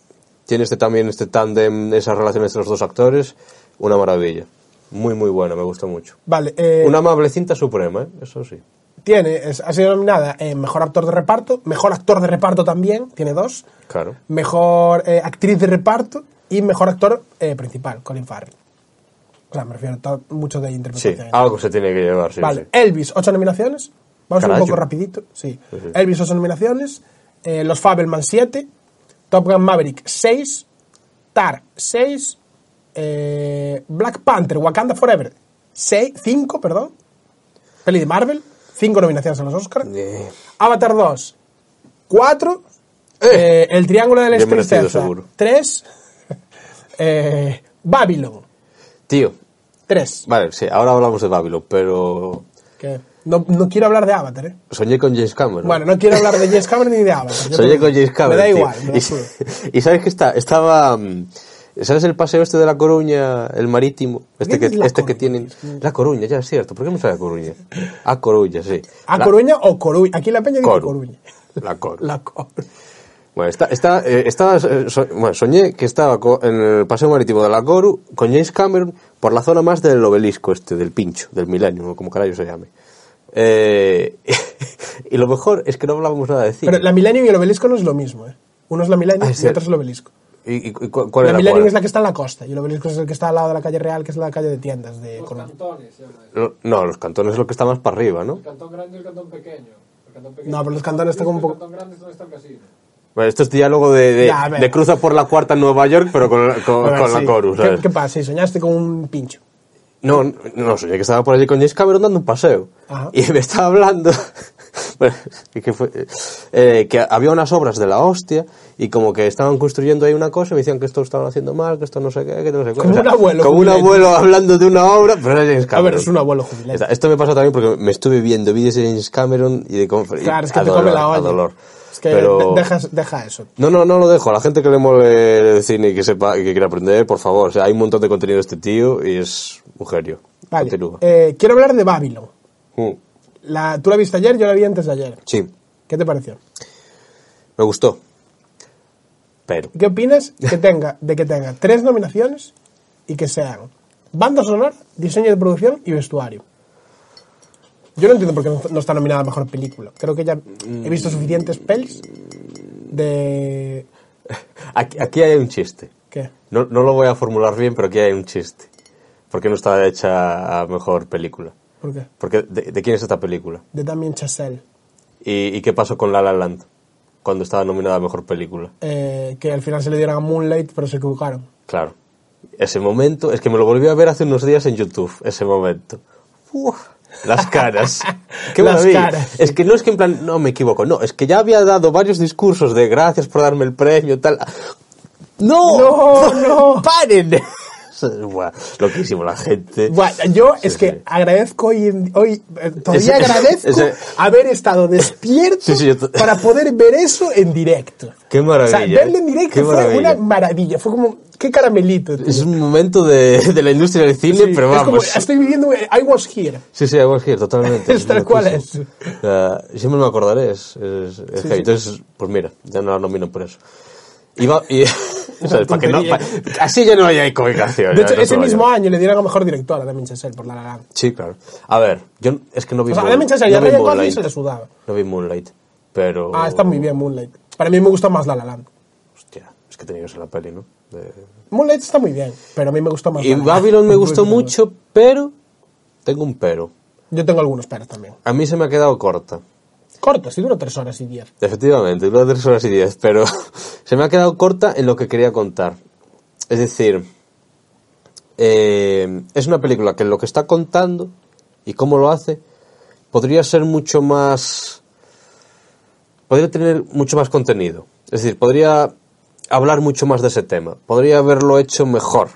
C: tiene este también este tándem, esas relaciones entre los dos actores, una maravilla. Muy, muy buena, me gusta mucho.
B: Vale, eh,
C: Una amable cinta suprema, ¿eh? eso sí.
B: tiene, es- ha sido nominada eh, Mejor Actor de Reparto, Mejor Actor de Reparto también, tiene dos,
C: Claro.
B: Mejor eh, Actriz de Reparto y Mejor Actor eh, Principal, Colin Farrell. O sea, me refiero a to- mucho de
C: Sí,
B: interpretación.
C: algo se tiene que llevar, sí.
B: pues Vale,
C: sí.
B: Elvis, ocho nominaciones. Vamos a ir un
C: Carajo.
B: poco rapidito. Sí.
C: Sí, sí.
B: Elvis, ocho nominaciones. Eh, Los Fabelman, siete. Top Gun Maverick, seis. Tar, seis. Eh, Black Panther, Wakanda Forever, seis, cinco, perdón. Peli de Marvel, cinco nominaciones a los Oscars.
C: Eh,
B: Avatar 2, cuatro. Eh, El Triángulo de la
C: Bien merecido,
B: Tristeza,
C: seguro.
B: tres. Eh, Babylon,
C: Tío,
B: tres.
C: vale, sí, ahora hablamos de Babylon, pero...
B: Que no, no quiero hablar de Avatar, ¿eh?
C: Soñé con James Cameron.
B: Bueno, no quiero hablar de James Cameron ni de Avatar. Yo
C: Soñé
B: creo-
C: con James Cameron.
B: Me da
C: tío.
B: igual, me lo juro.
C: Y, y sabes que está, estaba. mm, ¿Sabes el paseo este de La Coruña, el marítimo? Este
B: qué
C: que,
B: es La
C: este que
B: Coruña?
C: tienen. La Coruña, ya es cierto. ¿Por qué me sale La Coruña? A Coruña, sí.
B: ¿A
C: La-
B: Coruña o Coruña? Aquí la peña dice
C: Coru.
B: Coruña.
C: La Coru.
B: La Coruña.
C: Bueno, está, está, eh, estaba, eh, so- bueno, soñé que estaba co- en el paseo marítimo de la Coru con James Cameron por la zona más del obelisco este, del pincho, del milenio, o como carajo se llame. Eh, y lo mejor es que no hablábamos nada de cine.
B: Pero la Millennium y el obelisco no es lo mismo, ¿eh? Uno es la Millennium
C: Ah, es
B: y otro es el
C: cierto.
B: obelisco.
C: ¿Y, y cu- cu- cuál
B: La
C: era
B: Millennium
C: cuál?
B: es la que está en la costa y el obelisco es el que está al lado de la calle real, que es la calle de tiendas de
D: Los
B: Coruña.
D: cantones se llama eso.
C: Lo- No, los cantones es lo que está más para arriba, ¿no?
D: El cantón grande y el cantón pequeño. El cantón pequeño.
B: No, pero los cantones están como un
D: El
B: poco...
D: cantón grande es donde está el casino.
C: Bueno, esto es diálogo de, de,
B: Ya, a ver.
C: de cruza por la cuarta en Nueva York, pero con, la- con-
B: A ver,
C: con
B: sí.
C: la Coru,
B: ¿Qué-
C: ¿sabes?
B: ¿Qué, pasa? Si soñaste con un pincho.
C: No, no, soñé que estaba por allí con James Cameron dando un paseo.
B: Ajá.
C: Y me estaba hablando Bueno, y que, fue- eh, que había unas obras de la hostia y como que estaban construyendo ahí una cosa y me decían que esto lo estaban haciendo mal, que esto no sé qué, que no sé qué.
B: Como un abuelo
C: Como un
B: jubilado.
C: abuelo hablando de una obra, pero era James
B: A ver,
C: Cameron.
B: es un abuelo jubilado.
C: Está- Esto me pasa también porque me estuve viendo vídeos de James Cameron y de cómo... y
B: Claro, es que
C: a
B: te come
C: dolor,
B: la
C: a
B: olla.
C: dolor.
B: Es que
C: Pero-
B: de- dejas- deja eso.
C: no, no, no lo dejo. A la gente que le mole el cine y que sepa y que quiera aprender, por favor. O sea, hay un montón de contenido de este tío y es un genio.
B: Vale.
C: Continúa.
B: eh, quiero hablar de Babylon.
C: Mm,
B: La, tú la viste ayer, yo la vi antes de ayer.
C: Sí,
B: ¿Qué te pareció?
C: me gustó. Pero.
B: ¿Qué opinas que tenga, de que tenga tres nominaciones y que sean banda sonora, diseño de producción y vestuario? Yo no entiendo por qué no, no está nominada a mejor película. Creo que ya he visto suficientes pelis de...
C: Aquí, aquí hay un chiste.
B: ¿Qué?
C: No, no lo voy a formular bien, pero aquí hay un chiste. ¿Por qué no está hecha a mejor película?
B: ¿Por qué?
C: Porque, ¿de, de quién es esta película?
B: De Damien Chazelle.
C: ¿Y, y qué pasó con La La Land cuando estaba nominada a mejor película?
B: eh, que al final se le dieron a Moonlight, pero se equivocaron.
C: Claro. Ese momento, es que me lo volví a ver hace unos días en YouTube, ese momento. Uf, las caras. Qué
B: Las
C: maravilla.
B: caras.
C: Es que no es que en plan, no me equivoco, no, es que ya había dado varios discursos de gracias por darme el premio, tal. ¡No!
B: No, no.
C: ¡Paren! Buah, loquísimo la gente.
B: Bueno, yo es
C: Sí,
B: que
C: sí.
B: agradezco hoy, en- hoy eh, todavía
C: Ese-
B: agradezco
C: ese-
B: haber estado despierto
C: Sí, sí, yo t-
B: para poder ver eso en directo.
C: Qué maravilla,
B: O sea, verlo en
C: ¿eh?
B: directo
C: Qué
B: fue
C: maravilla.
B: una maravilla. Fue como, qué caramelito. tío.
C: Es un momento de, de la industria del cine,
B: Sí,
C: pero
B: es como,
C: vamos.
B: estoy viviendo, eh, I was here.
C: Sí, sí, algo así, totalmente.
B: Es tal cual
C: loquísimo. Eh, siempre me acordaré, es, es- es heavy.
B: sí.
C: Entonces, pues mira, ya no la nomino por eso. Iba, y, ¿sabes? Para que no,
B: tontería.
C: pa- así ya no hay comunicación.
B: De
C: ya,
B: hecho,
C: no se
B: ese
C: vaya.
B: mismo año le dieron a mejor director a Damien Chazelle por La La Land.
C: Sí, claro. A ver, yo n- es que no vi
B: O sea, a
C: Moon-
B: Damien Chazelle y a
C: no vi
B: Ryan Gosling
C: Moonlight.
B: se le sudaba.
C: No vi Moonlight, pero...
B: Ah, está muy bien Moonlight. Para mí me gusta más La La Land.
C: Hostia, es que tenía que ser la peli, ¿no? De-
B: Moonlight está muy bien, pero a mí me gusta más
C: Y
B: La La Land.
C: Babylon me gustó
B: Muy bien.
C: mucho, pero... Tengo un pero.
B: Yo tengo algunos peros también.
C: A mí se me ha quedado corta.
B: Corto, si dura 3 horas y 10.
C: Efectivamente, dura 3 horas y 10, pero se me ha quedado corta en lo que quería contar. Es decir, eh, es una película que lo que está contando y cómo lo hace podría ser mucho más... podría tener mucho más contenido. Es decir, podría hablar mucho más de ese tema. Podría haberlo hecho mejor.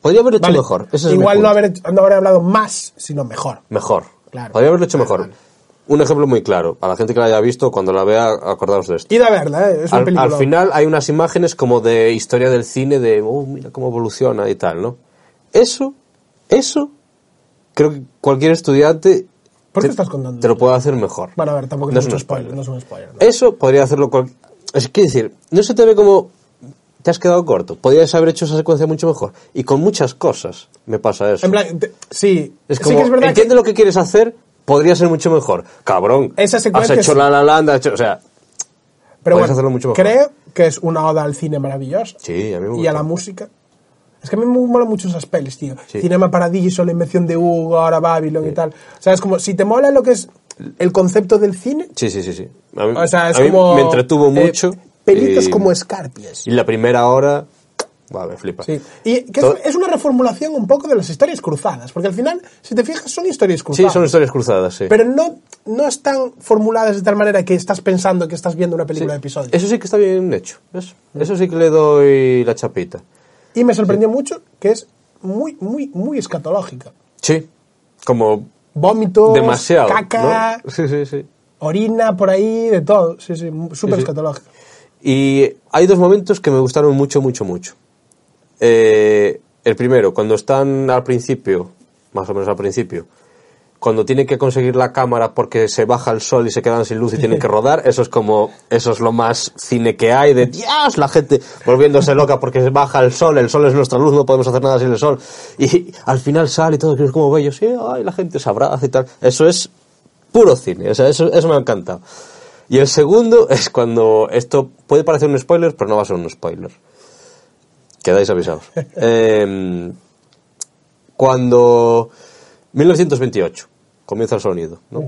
C: Podría haberlo hecho
B: Vale.
C: mejor. Ese es mi
B: Igual no
C: punto.
B: haber, hecho- no haber hablado más, sino mejor.
C: Mejor.
B: Claro.
C: Podría haberlo hecho
B: Vale,
C: mejor.
B: vale.
C: Un ejemplo muy claro. A la gente que la haya visto, cuando la vea, acordaos de esto.
B: Id a verla, ¿eh? es un
C: al,
B: película.
C: al final hay unas imágenes como de historia del cine, de, oh, mira cómo evoluciona y tal, ¿no? Eso, eso, creo que cualquier estudiante...
B: ¿Por qué
C: te-
B: estás contando?
C: Te lo puede hacer mejor.
B: Bueno, a ver, tampoco
C: No
B: es
C: es
B: mucho
C: un
B: spoiler,
C: spoiler.
B: no es un spoiler. ¿no?
C: Eso podría hacerlo cual... Es que decir, no se te ve como... Te has quedado corto. Podrías haber hecho esa secuencia mucho mejor. Y con muchas cosas me pasa eso.
B: En plan, te- sí,
C: es
B: sí
C: como,
B: que es verdad
C: entiende
B: que
C: lo que quieres hacer, podría ser mucho mejor. Cabrón,
B: Esa secuencia
C: has hecho
B: es-
C: la la Land, has hecho- O sea,
B: pero
C: podías
B: bueno,
C: hacerlo mucho mejor.
B: creo que es una oda al cine maravillosa
C: sí, a mí me
B: y a la
C: gustó.
B: música. Es que a mí me molan mucho esas pelis, tío.
C: Sí.
B: Cinema Paradiso, la invención de Hugo, ahora Babylon y tal. O sea, es como, si te mola lo que es el concepto del cine,
C: Sí, sí, sí, sí. A mí,
B: o sea, es
C: a mí
B: como...
C: me entretuvo
B: eh,
C: mucho.
B: pelitos
C: y-
B: como escarpias.
C: Y la primera hora, va, me flipa.
B: Sí. Y que es,
C: To-
B: es una reformulación un poco de las historias cruzadas, porque al final, si te fijas, son historias
C: Sí,
B: cruzadas.
C: son historias cruzadas, sí.
B: Pero no, no están formuladas de tal manera que estás pensando que estás viendo una
C: Sí.
B: película de episodios.
C: Eso sí que está bien hecho. ¿ves?
B: Mm.
C: Eso sí que le doy la chapita.
B: Y me sorprendió mucho que es muy, muy, muy escatológica.
C: Sí, como
B: Vómitos,
C: demasiado.
B: Oh, caca,
C: ¿no? Sí, sí, sí.
B: orina por ahí, de todo. Sí, sí, súper
C: sí.
B: escatológica.
C: Y hay dos momentos que me gustaron mucho, mucho, mucho. Eh, el primero, cuando están al principio, más o menos al principio, cuando tienen que conseguir la cámara porque se baja el sol y se quedan sin luz y tienen que rodar, eso es como, eso es lo más cine que hay de Dios, la gente volviéndose loca porque se baja el sol, el sol es nuestra luz, no podemos hacer nada sin el sol. Y al final sale y todo, que es como bello, sí, ay, la gente se abraza y tal. Eso es puro cine, o sea, eso, eso me ha encantado. Y el segundo es cuando esto puede parecer un spoiler, pero no va a ser un spoiler. Quedáis avisados. Em, cuando 1928 comienza el sonido, ¿no?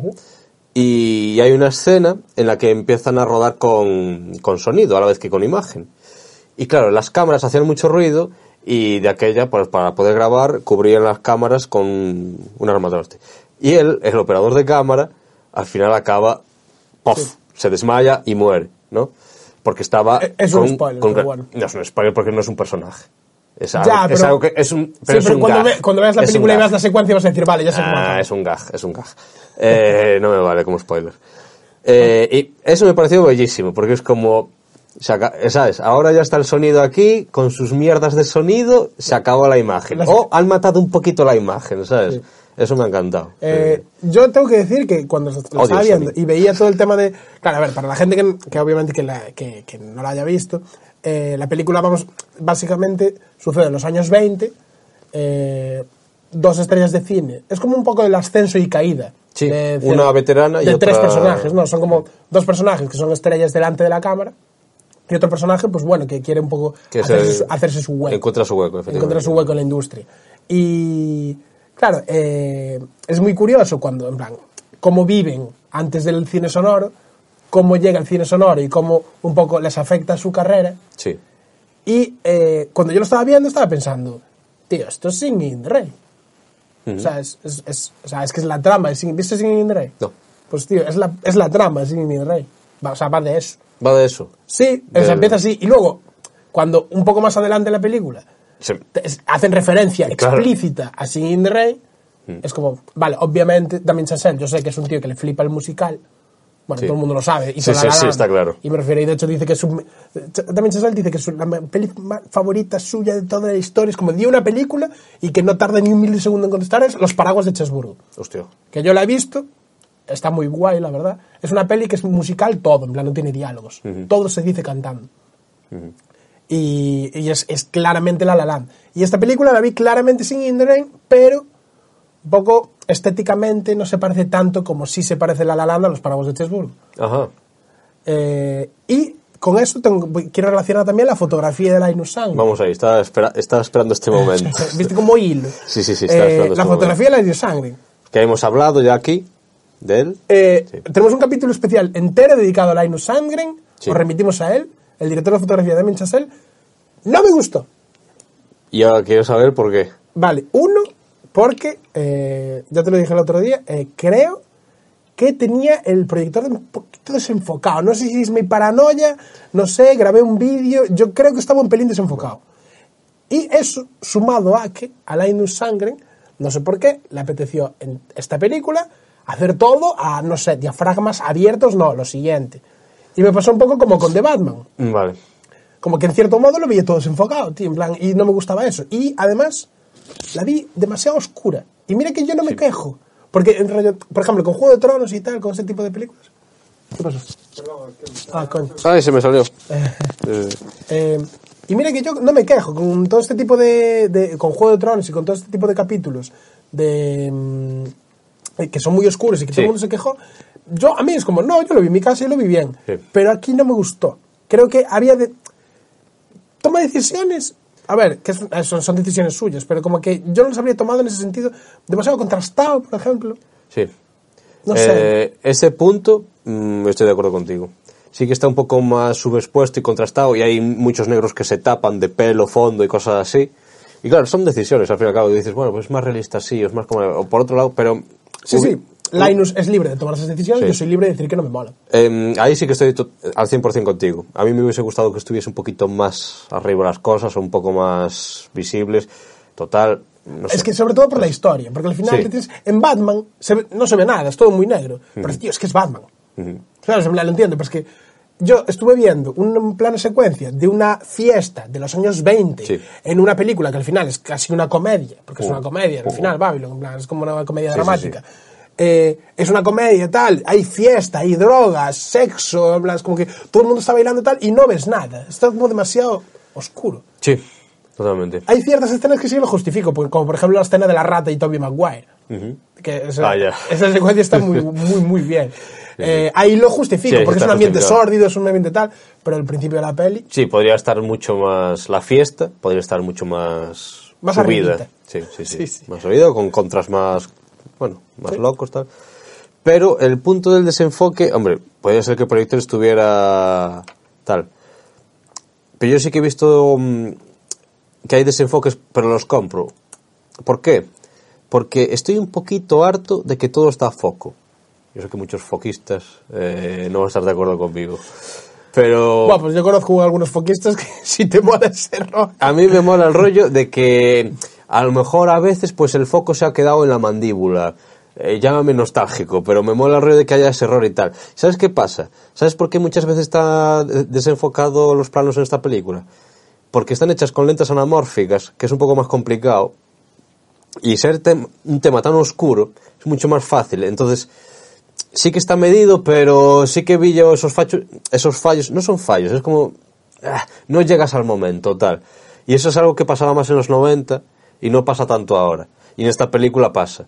C: Y hay una escena en la que empiezan a rodar con, con sonido a la vez que con imagen. Y claro, las cámaras hacían mucho ruido y de aquella, pues para poder grabar, cubrían las cámaras con un arma de hostia. Y él, el operador de cámara, al final acaba puff,
B: Sí.
C: se desmaya y muere, ¿no? Porque estaba.
B: Eh, es un spoiler, pero bueno.
C: No es un spoiler porque no es un personaje. Es algo,
B: Ya,
C: es
B: pero-
C: algo que. Es un, pero
B: Sí,
C: es
B: pero
C: un
B: cuando,
C: gag,
B: ve- cuando veas la
C: es un
B: película y
C: gag.
B: veas la secuencia vas a decir, vale, ya sé cómo
C: Ah,
B: acaba.
C: es un gag, es un gag. Eh, no me vale como spoiler. Eh, y eso me pareció bellísimo, porque es como. se aca- ¿Sabes? Ahora ya está el sonido aquí, con sus mierdas de sonido, se acabó la imagen.
B: Las-
C: O han matado un poquito la imagen, ¿sabes?
B: Sí.
C: Eso me ha encantado.
B: Eh, yo tengo que decir que cuando lo estaba
C: Odio
B: viendo
C: Sony.
B: y veía todo el tema de... Claro, a ver, para la gente que, que obviamente que, la- que- que no la haya visto, eh, la película, vamos, básicamente sucede en los años 20, eh, dos estrellas de cine. Es como un poco el ascenso y caída.
C: Sí,
B: de-
C: una veterana y
B: de tres
C: otra-
B: personajes, ¿no? Son como dos personajes que son estrellas delante de la cámara y otro personaje, pues bueno, que quiere un poco
C: Que se-
B: hacerse, su, hacerse su hueco.
C: encuentra su hueco, efectivamente.
B: Encuentra su hueco en la industria. Y claro, eh, es muy curioso cuando, en plan, cómo viven antes del cine sonoro, cómo llega el cine sonoro y cómo un poco les afecta su carrera.
C: Sí.
B: Y eh, cuando yo lo estaba viendo, estaba pensando, tío, esto es Singing in the Rain. o, sea, es, es- es- o sea, es que es la trama de Singing ¿Viste Singing in the Rain?
C: No.
B: Pues tío, es la, es la trama de Singing in the Rain. Va, o sea, va de eso.
C: Va de eso.
B: Sí, o sea,
C: Del-
B: empieza así. Y luego, cuando un poco más adelante en la película
C: Se-
B: te- es- hacen referencia
C: Claro. Mm.
B: explícita a Singing in the Rain, es como, vale, obviamente también Chazelle, yo sé que es un tío que le flipa el musical. Bueno,
C: Sí.
B: todo el mundo lo sabe. hizo
C: Sí,
B: La
C: sí,
B: La
C: sí,
B: Land.
C: está claro.
B: Y me refiero, y de hecho dice que es un... También Chazelle dice que es la ma- peli ma- favorita suya de toda la historia. Es como, dio una película y que no tarda ni un milisegundo en contestar, es Los paraguas de Chesburgo
C: Hostia.
B: que yo la he visto, está muy guay, la verdad. Es una peli que es musical todo, en plan, no tiene diálogos. Todo se dice cantando. Y, y es, es claramente La La Land. Y esta película la vi claramente sin in the Rain, pero un poco estéticamente no se parece tanto como sí se parece La La Land a Los Paraguas de Chesburgo.
C: Ajá.
B: Eh, y con eso tengo- voy- quiero relacionar también la fotografía de la Inusan.
C: Vamos ahí, estaba, espera- estaba esperando este momento.
B: ¿Viste cómo hilo? Eh,
C: Sí, sí, sí, estaba esperando
B: La
C: este
B: fotografía de la Inusan.
C: que hemos hablado ya aquí de él.
B: Eh,
C: Sí.
B: Tenemos un capítulo especial entero dedicado a Linus Sandgren.
C: Sí.
B: Os remitimos a él, el director de fotografía de Chazelle. No me gustó.
C: Y ahora quiero saber por qué.
B: Vale, uno, porque, eh, ya te lo dije el otro día, eh, creo que tenía el proyector un poquito desenfocado. No sé si es mi paranoia, no sé, grabé un vídeo, yo creo que estaba un pelín desenfocado. Y eso, sumado a que a Linus Sangren, no sé por qué, le apeteció en esta película hacer todo a, no sé, diafragmas abiertos, no, lo siguiente. Y me pasó un poco como con The Batman
C: Mm, Vale.
B: como que en cierto modo lo veía todo desenfocado, tío, en plan, y no me gustaba eso. Y además, la vi demasiado oscura. Y mira que yo no me quejo. Porque, en rollo- por ejemplo, con Juego de Tronos y tal, con ese tipo de películas. ¿Qué pasó? Ah, coño.
C: Ay, se me salió.
B: Eh, y mira que yo no me quejo con todo este tipo de, de- con Juego de Tronos y con todo este tipo de capítulos de mm, eh, que son muy oscuros y que todo el mundo se quejó. Yo a mí es como, no, yo lo vi en mi casa y lo vi bien,
C: Sí.
B: pero aquí no me gustó. Creo que había de toma decisiones. A ver, que es- eh, son, son decisiones suyas, pero como que yo no las habría tomado en ese sentido. Demasiado contrastado, por ejemplo.
C: Sí.
B: No sé.
C: Eh, Ese punto, mm, estoy de acuerdo contigo. Sí que está un poco más subexpuesto y contrastado y hay muchos negros que se tapan de pelo, fondo y cosas así. Y claro, son decisiones al fin y al cabo. Y dices, bueno, pues es más realista así, o es más como... O por otro lado, pero...
B: Sí, sí.
C: Ubi-
B: Linus es libre de tomar esas decisiones,
C: Sí.
B: yo soy libre de decir que no me mola.
C: Eh, ahí sí que estoy to- al 100% contigo. A mí me hubiese gustado que estuviese un poquito más arriba las cosas, o un poco más visibles. Total, no sé.
B: Es que sobre todo por la historia, porque al final
C: Sí.
B: te tienes- en Batman se ve- no se ve nada, es todo muy negro. Pero tío, es que es Batman. Claro, se me lo entiendo, pero es que yo estuve viendo un plano secuencia de una fiesta de los años 20
C: Sí.
B: en una película que al final es casi una comedia, porque es
C: Uh,
B: una comedia, al
C: uh,
B: final
C: uh.
B: Babylon, en plan, es como una comedia
C: Sí, sí,
B: dramática. Eh, es una comedia tal, hay fiesta, hay drogas, sexo, en plan, es como que todo el mundo está bailando tal y no ves nada, está como demasiado oscuro.
C: Sí, totalmente.
B: Hay ciertas escenas que sí lo justifico, porque, como por ejemplo la escena de la rata y Toby Maguire. que esa,
C: Ah, ya.
B: esa secuencia está muy, muy, muy bien. Eh, ahí lo justifico,
C: Sí,
B: porque es
C: está
B: un ambiente
C: justificado.
B: sórdido, es un ambiente tal, pero el principio de la peli,
C: Sí, podría estar mucho más la fiesta, podría estar mucho más,
B: Más
C: subida.
B: arribita.
C: Sí, sí, sí,
B: Sí, sí.
C: Más subida, con contras más, bueno, más locos, tal. Pero el punto del desenfoque, hombre, podría ser que el proyector estuviera tal. Pero yo sí que he visto mm, que hay desenfoques, pero los compro. ¿Por qué? Porque estoy un poquito harto de que todo está a foco. Yo sé que muchos foquistas eh, no van a estar de acuerdo conmigo. Pero
B: Bueno, pues yo conozco a algunos foquistas que si te mola ese rollo.
C: a mí me mola el rollo de que a lo mejor a veces pues el foco se ha quedado en la mandíbula. Eh, llámame nostálgico, pero me mola el rollo de que haya ese error y tal. ¿Sabes qué pasa? ¿Sabes por qué muchas veces está eh, desenfocado los planos en esta película? Porque están hechas con lentas anamórficas, que es un poco más complicado, y ser tem- un tema tan oscuro es mucho más fácil. Entonces, sí que está medido, pero sí que vi yo esos, facho- esos fallos. No son fallos, es como. ah, no llegas al momento, tal. Y eso es algo que pasaba más en los 90 y no pasa tanto ahora. Y en esta película pasa.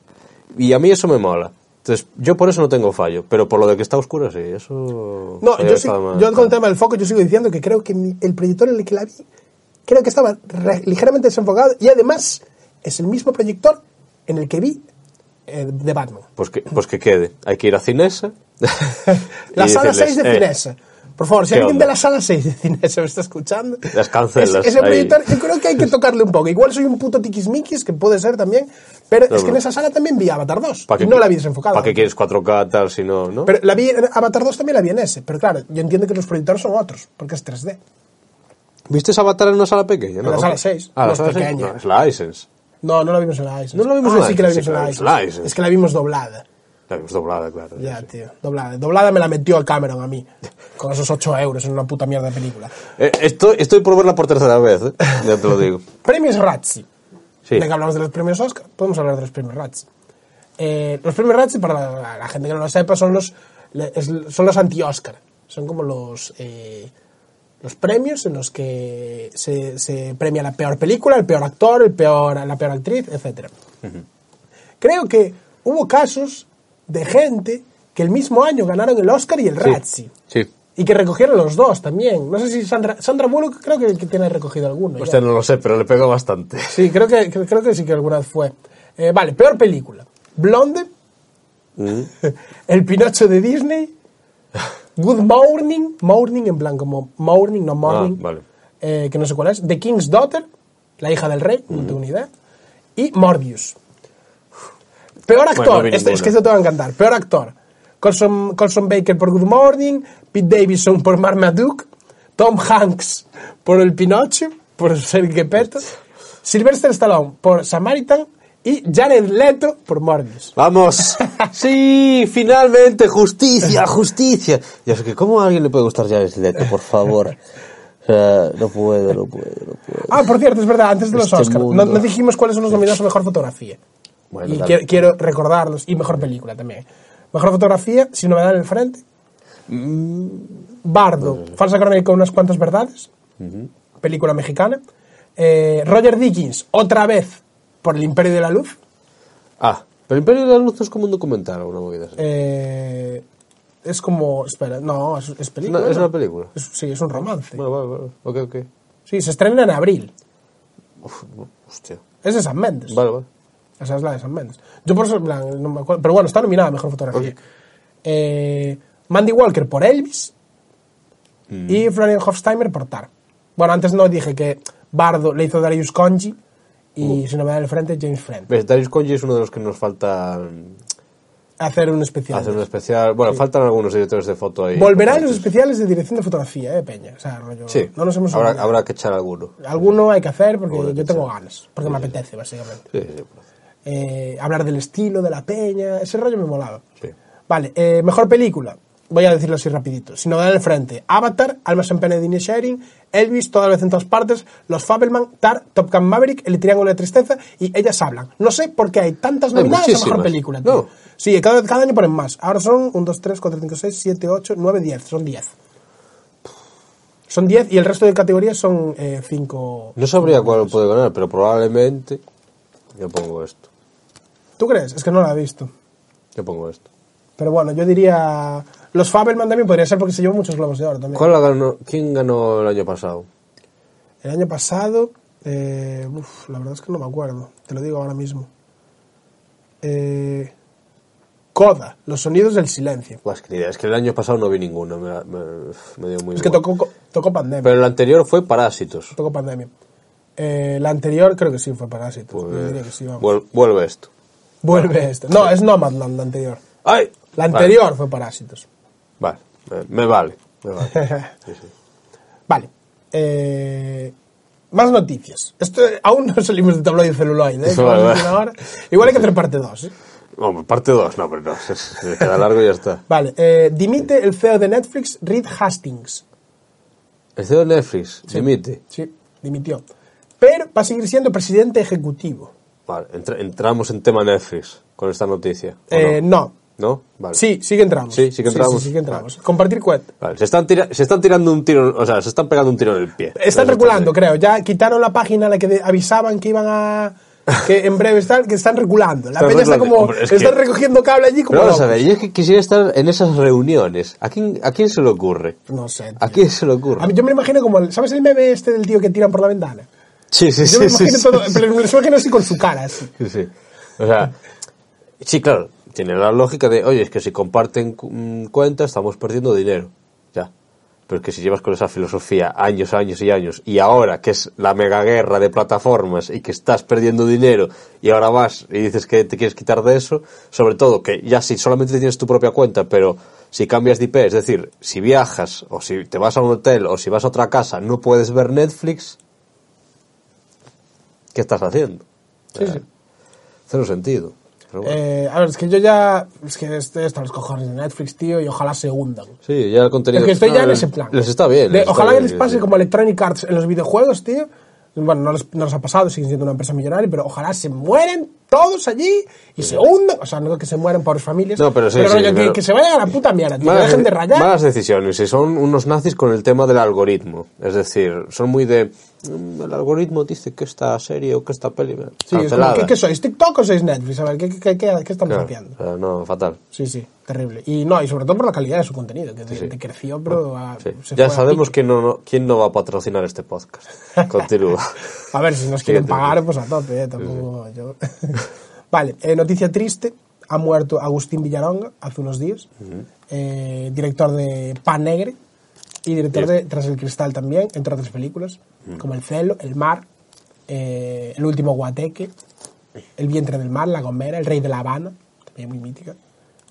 C: Y a mí eso me mola. Entonces, yo por eso no tengo fallo, pero por lo de que está oscuro, sí, eso...
B: No,
C: podría
B: yo,
C: estar
B: sí-
C: más-
B: yo con el tema del foco, yo sigo diciendo que creo que mi- el proyector en el que la vi, creo que estaba re- ligeramente desenfocado y además es el mismo proyector en el que vi eh, de Batman.
C: Pues que, pues que quede. Hay que ir a Cinesa.
B: La
C: y
B: sala
C: decirles,
B: 6 de
C: "Eh,
B: Cinesa. Por favor, si
C: ¿qué
B: alguien
C: onda?
B: de la sala 6 de Cinesa me está escuchando,
C: Las cancelas,
B: es- ese
C: ahí.
B: proyector, yo creo que hay que tocarle un poco. Igual soy un puto tiquismiquis, que puede ser también, pero es que
C: pero-
B: en esa sala también vi Avatar 2
C: ¿pa'
B: y
C: qué
B: no
C: qui-
B: la vi desenfocada.
C: ¿Para qué quieres 4K tal si no, no?
B: Pero la vi en Avatar 2 también la vi en ese, pero claro, yo entiendo que los proyectores son otros, porque es 3D.
C: ¿Viste esa batalla en una sala pequeña?
B: la sala seis,
C: Ah, la
B: más
C: sala seis.
B: pequeña.
C: No, es la License.
B: No, no la vimos en la ISIS.
C: No la vimos
B: Ah,
C: en la
B: sí que la
C: ISIS,
B: vimos en la
C: sí, claro, en la
B: ISIS.
C: ISIS.
B: Es que la vimos doblada.
C: La vimos doblada, claro.
B: Ya,
C: sí.
B: tío, doblada. Doblada me la metió el Cameron a mí, con esos 8 euros en una puta mierda de película.
C: Eh, estoy, estoy por verla por tercera vez, ¿eh? ya te lo digo.
B: Premios Razzi.
C: Sí.
B: Ya que hablamos de los premios Oscar, podemos hablar de los premios Razzi. Eh, los premios Razzi, para la, la gente que no lo sepa, son los, le- es- son los anti-Oscar. Son como los, eh, los premios en los que se, se premia la peor película, el peor actor, el peor, la peor actriz, etc. Creo que hubo casos de gente que el mismo año ganaron el Oscar y el Razzi.
C: Sí.
B: Y que recogieron los dos también. No sé si Sandra, Sandra Bullock creo que, que tiene recogido alguno. ya.
C: Hostia, no Pues lo sé, pero le pegó bastante.
B: Sí, creo que, creo, creo que sí que alguna vez fue. Eh, vale, peor película. Blonde.
C: Mm.
B: El Pinocho de Disney. Good Morning. Morning en plan como Morning, no Morning.
C: Ah, vale.
B: eh, que no sé cuál es. The King's Daughter. La hija del rey,
C: Mm.
B: no tengo ni idea. Y Morbius. Peor actor.
C: Bueno, no vi
B: Esto- es
C: ninguna.
B: que esto te va a encantar. Peor actor. Colson, Colson Baker por Good Morning. Pete Davidson por Marmaduke. Tom Hanks por El Pinocho. Por Ser Gepetto. Sylvester Stallone por Samaritan. Y Jared Leto por Morbius.
C: ¡Vamos! ¡Sí! ¡Finalmente! ¡Justicia! ¡Justicia! Ya sé que, ¿cómo a alguien le puede gustar ya el Leto, por favor? O sea, no puedo, no puedo, no puedo.
B: Ah, por cierto, es verdad, antes de los
C: Este
B: Oscars. No,
C: mundo.
B: no dijimos cuáles son los nominados a mejor fotografía.
C: Bueno,
B: y
C: dale.
B: quiero, quiero recordarlos. Y mejor película también. Mejor fotografía, sin novedad en el frente.
C: Mm.
B: Bardo, falsa crónica con unas cuantas verdades. Película mexicana. Eh, Roger Dickens, otra vez por El Imperio de la Luz.
C: Ah, pero Imperio de la Luz es como un documental o una movida así.
B: Eh, es como. Espera, no, es, es película.
C: No, es
B: ¿no?
C: una película.
B: Es- sí, es un romance.
C: Bueno, vale, vale. Ok, ok.
B: Sí, se estrena en abril.
C: Hostia.
B: Es de San Méndez.
C: Vale, vale.
B: O sea, es la de San Méndez. Yo por eso, en plan, no me acuerdo. Pero bueno, está nominada a Mejor Fotografía.
C: Ok.
B: Eh, Mandy Walker por Elvis
C: Mm.
B: y Florian Hofsteimer por Tar. Bueno, antes no dije que Bardo le hizo Darius Conji
C: Uh.
B: y si no me da el frente, James Friend.
C: Ves, Darius Conji es uno de los que nos falta
B: Hacer un especial.
C: hacer un especial. Bueno, faltan algunos directores de foto ahí.
B: Volverán los
C: Entonces,
B: especiales de dirección de fotografía, eh, Peña. O sea, rollo,
C: Sí,
B: no nos hemos
C: habrá,
B: olvidado.
C: habrá que echar alguno.
B: Alguno hay que hacer porque
C: Habrá que
B: yo tengo
C: echar.
B: ganas, porque me apetece, básicamente.
C: Sí, sí,
B: eh, hablar del estilo, de la peña, ese rollo me molaba.
C: Sí.
B: Vale, eh, mejor película. Voy a decirlo así rapidito. Sin novedad en el frente. Avatar, Almas en pena de Inés Sharing, Elvis, Toda vez en todas partes, Los Fabelman, Tar, Top Gun Maverick, El Triángulo de Tristeza y Ellas Hablan. No sé por qué hay tantas
C: Hay
B: nominadas a mejor
C: muchísimas.
B: película. tío.
C: No.
B: Sí, cada, cada año ponen más. Ahora son 1, 2, 3, 4, 5, 6, 7, 8, 9, 10. Son 10. Son 10 y el resto de categorías son eh, 5.
C: No sabría cuál
B: Pues
C: puede ganar, pero probablemente. Yo pongo esto.
B: ¿Tú crees? Es que no la he visto.
C: Yo pongo esto.
B: Pero bueno, yo diría. Los Fabelman también podría ser porque se llevó muchos globos de oro también.
C: ¿Cuál la ganó? ¿Quién ganó el año pasado?
B: El año pasado. eh, uf, la verdad es que no me acuerdo. Te lo digo ahora mismo. Eh, Coda, los sonidos del silencio.
C: Buah, es que ni idea. Es que el año pasado no vi ninguno. Me, me- me dio muy
B: Es que
C: igual.
B: tocó, tocó pandemia.
C: Pero el anterior fue Parásitos.
B: tocó pandemia. Eh, la anterior creo que sí fue Parásito.
C: Pues,
B: yo diría que sí, vamos.
C: vuel- vuelve esto.
B: Vuelve esto. No, es Nomadland la anterior.
C: ¡Ay!
B: La anterior fue Parásitos.
C: Vale, me, me vale. Me vale. Sí, sí.
B: Vale. Eh, más noticias. Esto eh, aún no salimos de tabloide celuloide. ¿eh?
C: Vale,
B: Como
C: vale.
B: dicen ahora. Igual hay que hacer parte ¿eh? 2.
C: Hombre, parte 2, no, pero no, se, se queda largo y ya está.
B: Vale. eh, dimite el CEO de Netflix, Reed Hastings.
C: El CEO de Netflix, dimite.
B: Sí, dimitió. Pero va a seguir siendo presidente ejecutivo.
C: Vale, entra- entramos en tema Netflix con esta noticia. ¿o
B: Eh, no.
C: ¿No? Vale.
B: Sí, sí que entramos.
C: Sí, sí que entramos.
B: Sí, que entramos. Compartir cuenta.
C: Vale, se, están tira- se están tirando un tiro, o sea, se están pegando un tiro en el pie.
B: Están
C: Eso
B: reculando,
C: está
B: creo. Ya quitaron la página en la que de- avisaban que iban a. que en breve están, que están reculando. La
C: Están
B: peña está
C: reculando.
B: como.
C: Hombre, es
B: están
C: que-
B: recogiendo cable allí como.
C: Pero vamos a
B: locos.
C: ver, yo es que quisiera estar en esas reuniones. ¿A quién, a quién se le ocurre?
B: No sé. tío.
C: ¿A quién se le ocurre?
B: A mí, yo me lo imagino como. el- ¿Sabes el meme este del tío que tiran por la ventana?
C: Sí, sí,
B: Yo
C: sí.
B: me lo
C: sí,
B: imagino
C: sí,
B: todo.
C: sí.
B: Pero me lo imagino así con su cara, así.
C: Sí, sí. O sea, sí, claro, tiene la lógica de, oye, es que si comparten cu- mm, cuenta estamos perdiendo dinero. Ya. Pero es que si llevas con esa filosofía años, años y años, y ahora que es la mega guerra de plataformas y que estás perdiendo dinero, y ahora vas y dices que te quieres quitar de eso, sobre todo que ya si solamente tienes tu propia cuenta, pero si cambias de IP, es decir, si viajas, o si te vas a un hotel, o si vas a otra casa, no puedes ver Netflix, ¿qué estás haciendo?
B: Sí, sí.
C: Cero sentido. Pero bueno.
B: Eh, a ver, es que yo ya. Es que este, están los cojones de Netflix, tío, y ojalá se hundan.
C: sí, ya el contenido.
B: Es que estoy ya en
C: les-
B: ese plan.
C: Les está bien.
B: De-
C: les está
B: ojalá
C: bien,
B: que les pase
C: sí.
B: como Electronic Arts en los videojuegos, tío. Bueno, no les, no les ha pasado, siguen siendo una empresa millonaria, pero ojalá se mueren todos allí y se hundan. O sea, no que se mueran por familias.
C: No, pero sí, sí,
B: coño, que-
C: pero-
B: que, se vayan a la puta mierda, tío, que
C: Malas-
B: dejen de rayar.
C: Malas decisiones. Y son unos nazis con el tema del algoritmo. Es decir, son muy de. "Mm, El algoritmo dice que esta serie o que esta peli.
B: sí, es como,
C: cancelada".
B: ¿qué, qué sois? ¿TikTok o sois Netflix? A ver, ¿qué, qué, qué, qué- qué estamos
C: Claro,
B: haciendo?
C: o sea, no, fatal.
B: Sí, sí, terrible. Y no, y sobre todo por la calidad de su contenido, que
C: sí.
B: creció, pero a-
C: Sí.
B: se
C: Ya
B: fue a
C: sabemos
B: pique.
C: que no, no- quién no va a patrocinar este podcast. Continúa.
B: A ver, si nos quieren
C: Siguiente.
B: pagar, pues a tope, eh, tampoco yo. vale, eh, noticia triste. Ha muerto Agustín Villaronga hace unos días, eh, director de Pan Negre y director de Tras el Cristal también, entre otras películas, como El Celo, El Mar, eh, El Último Guateque, El Vientre del Mar, La Gomera, El Rey de la Habana, también muy mítica.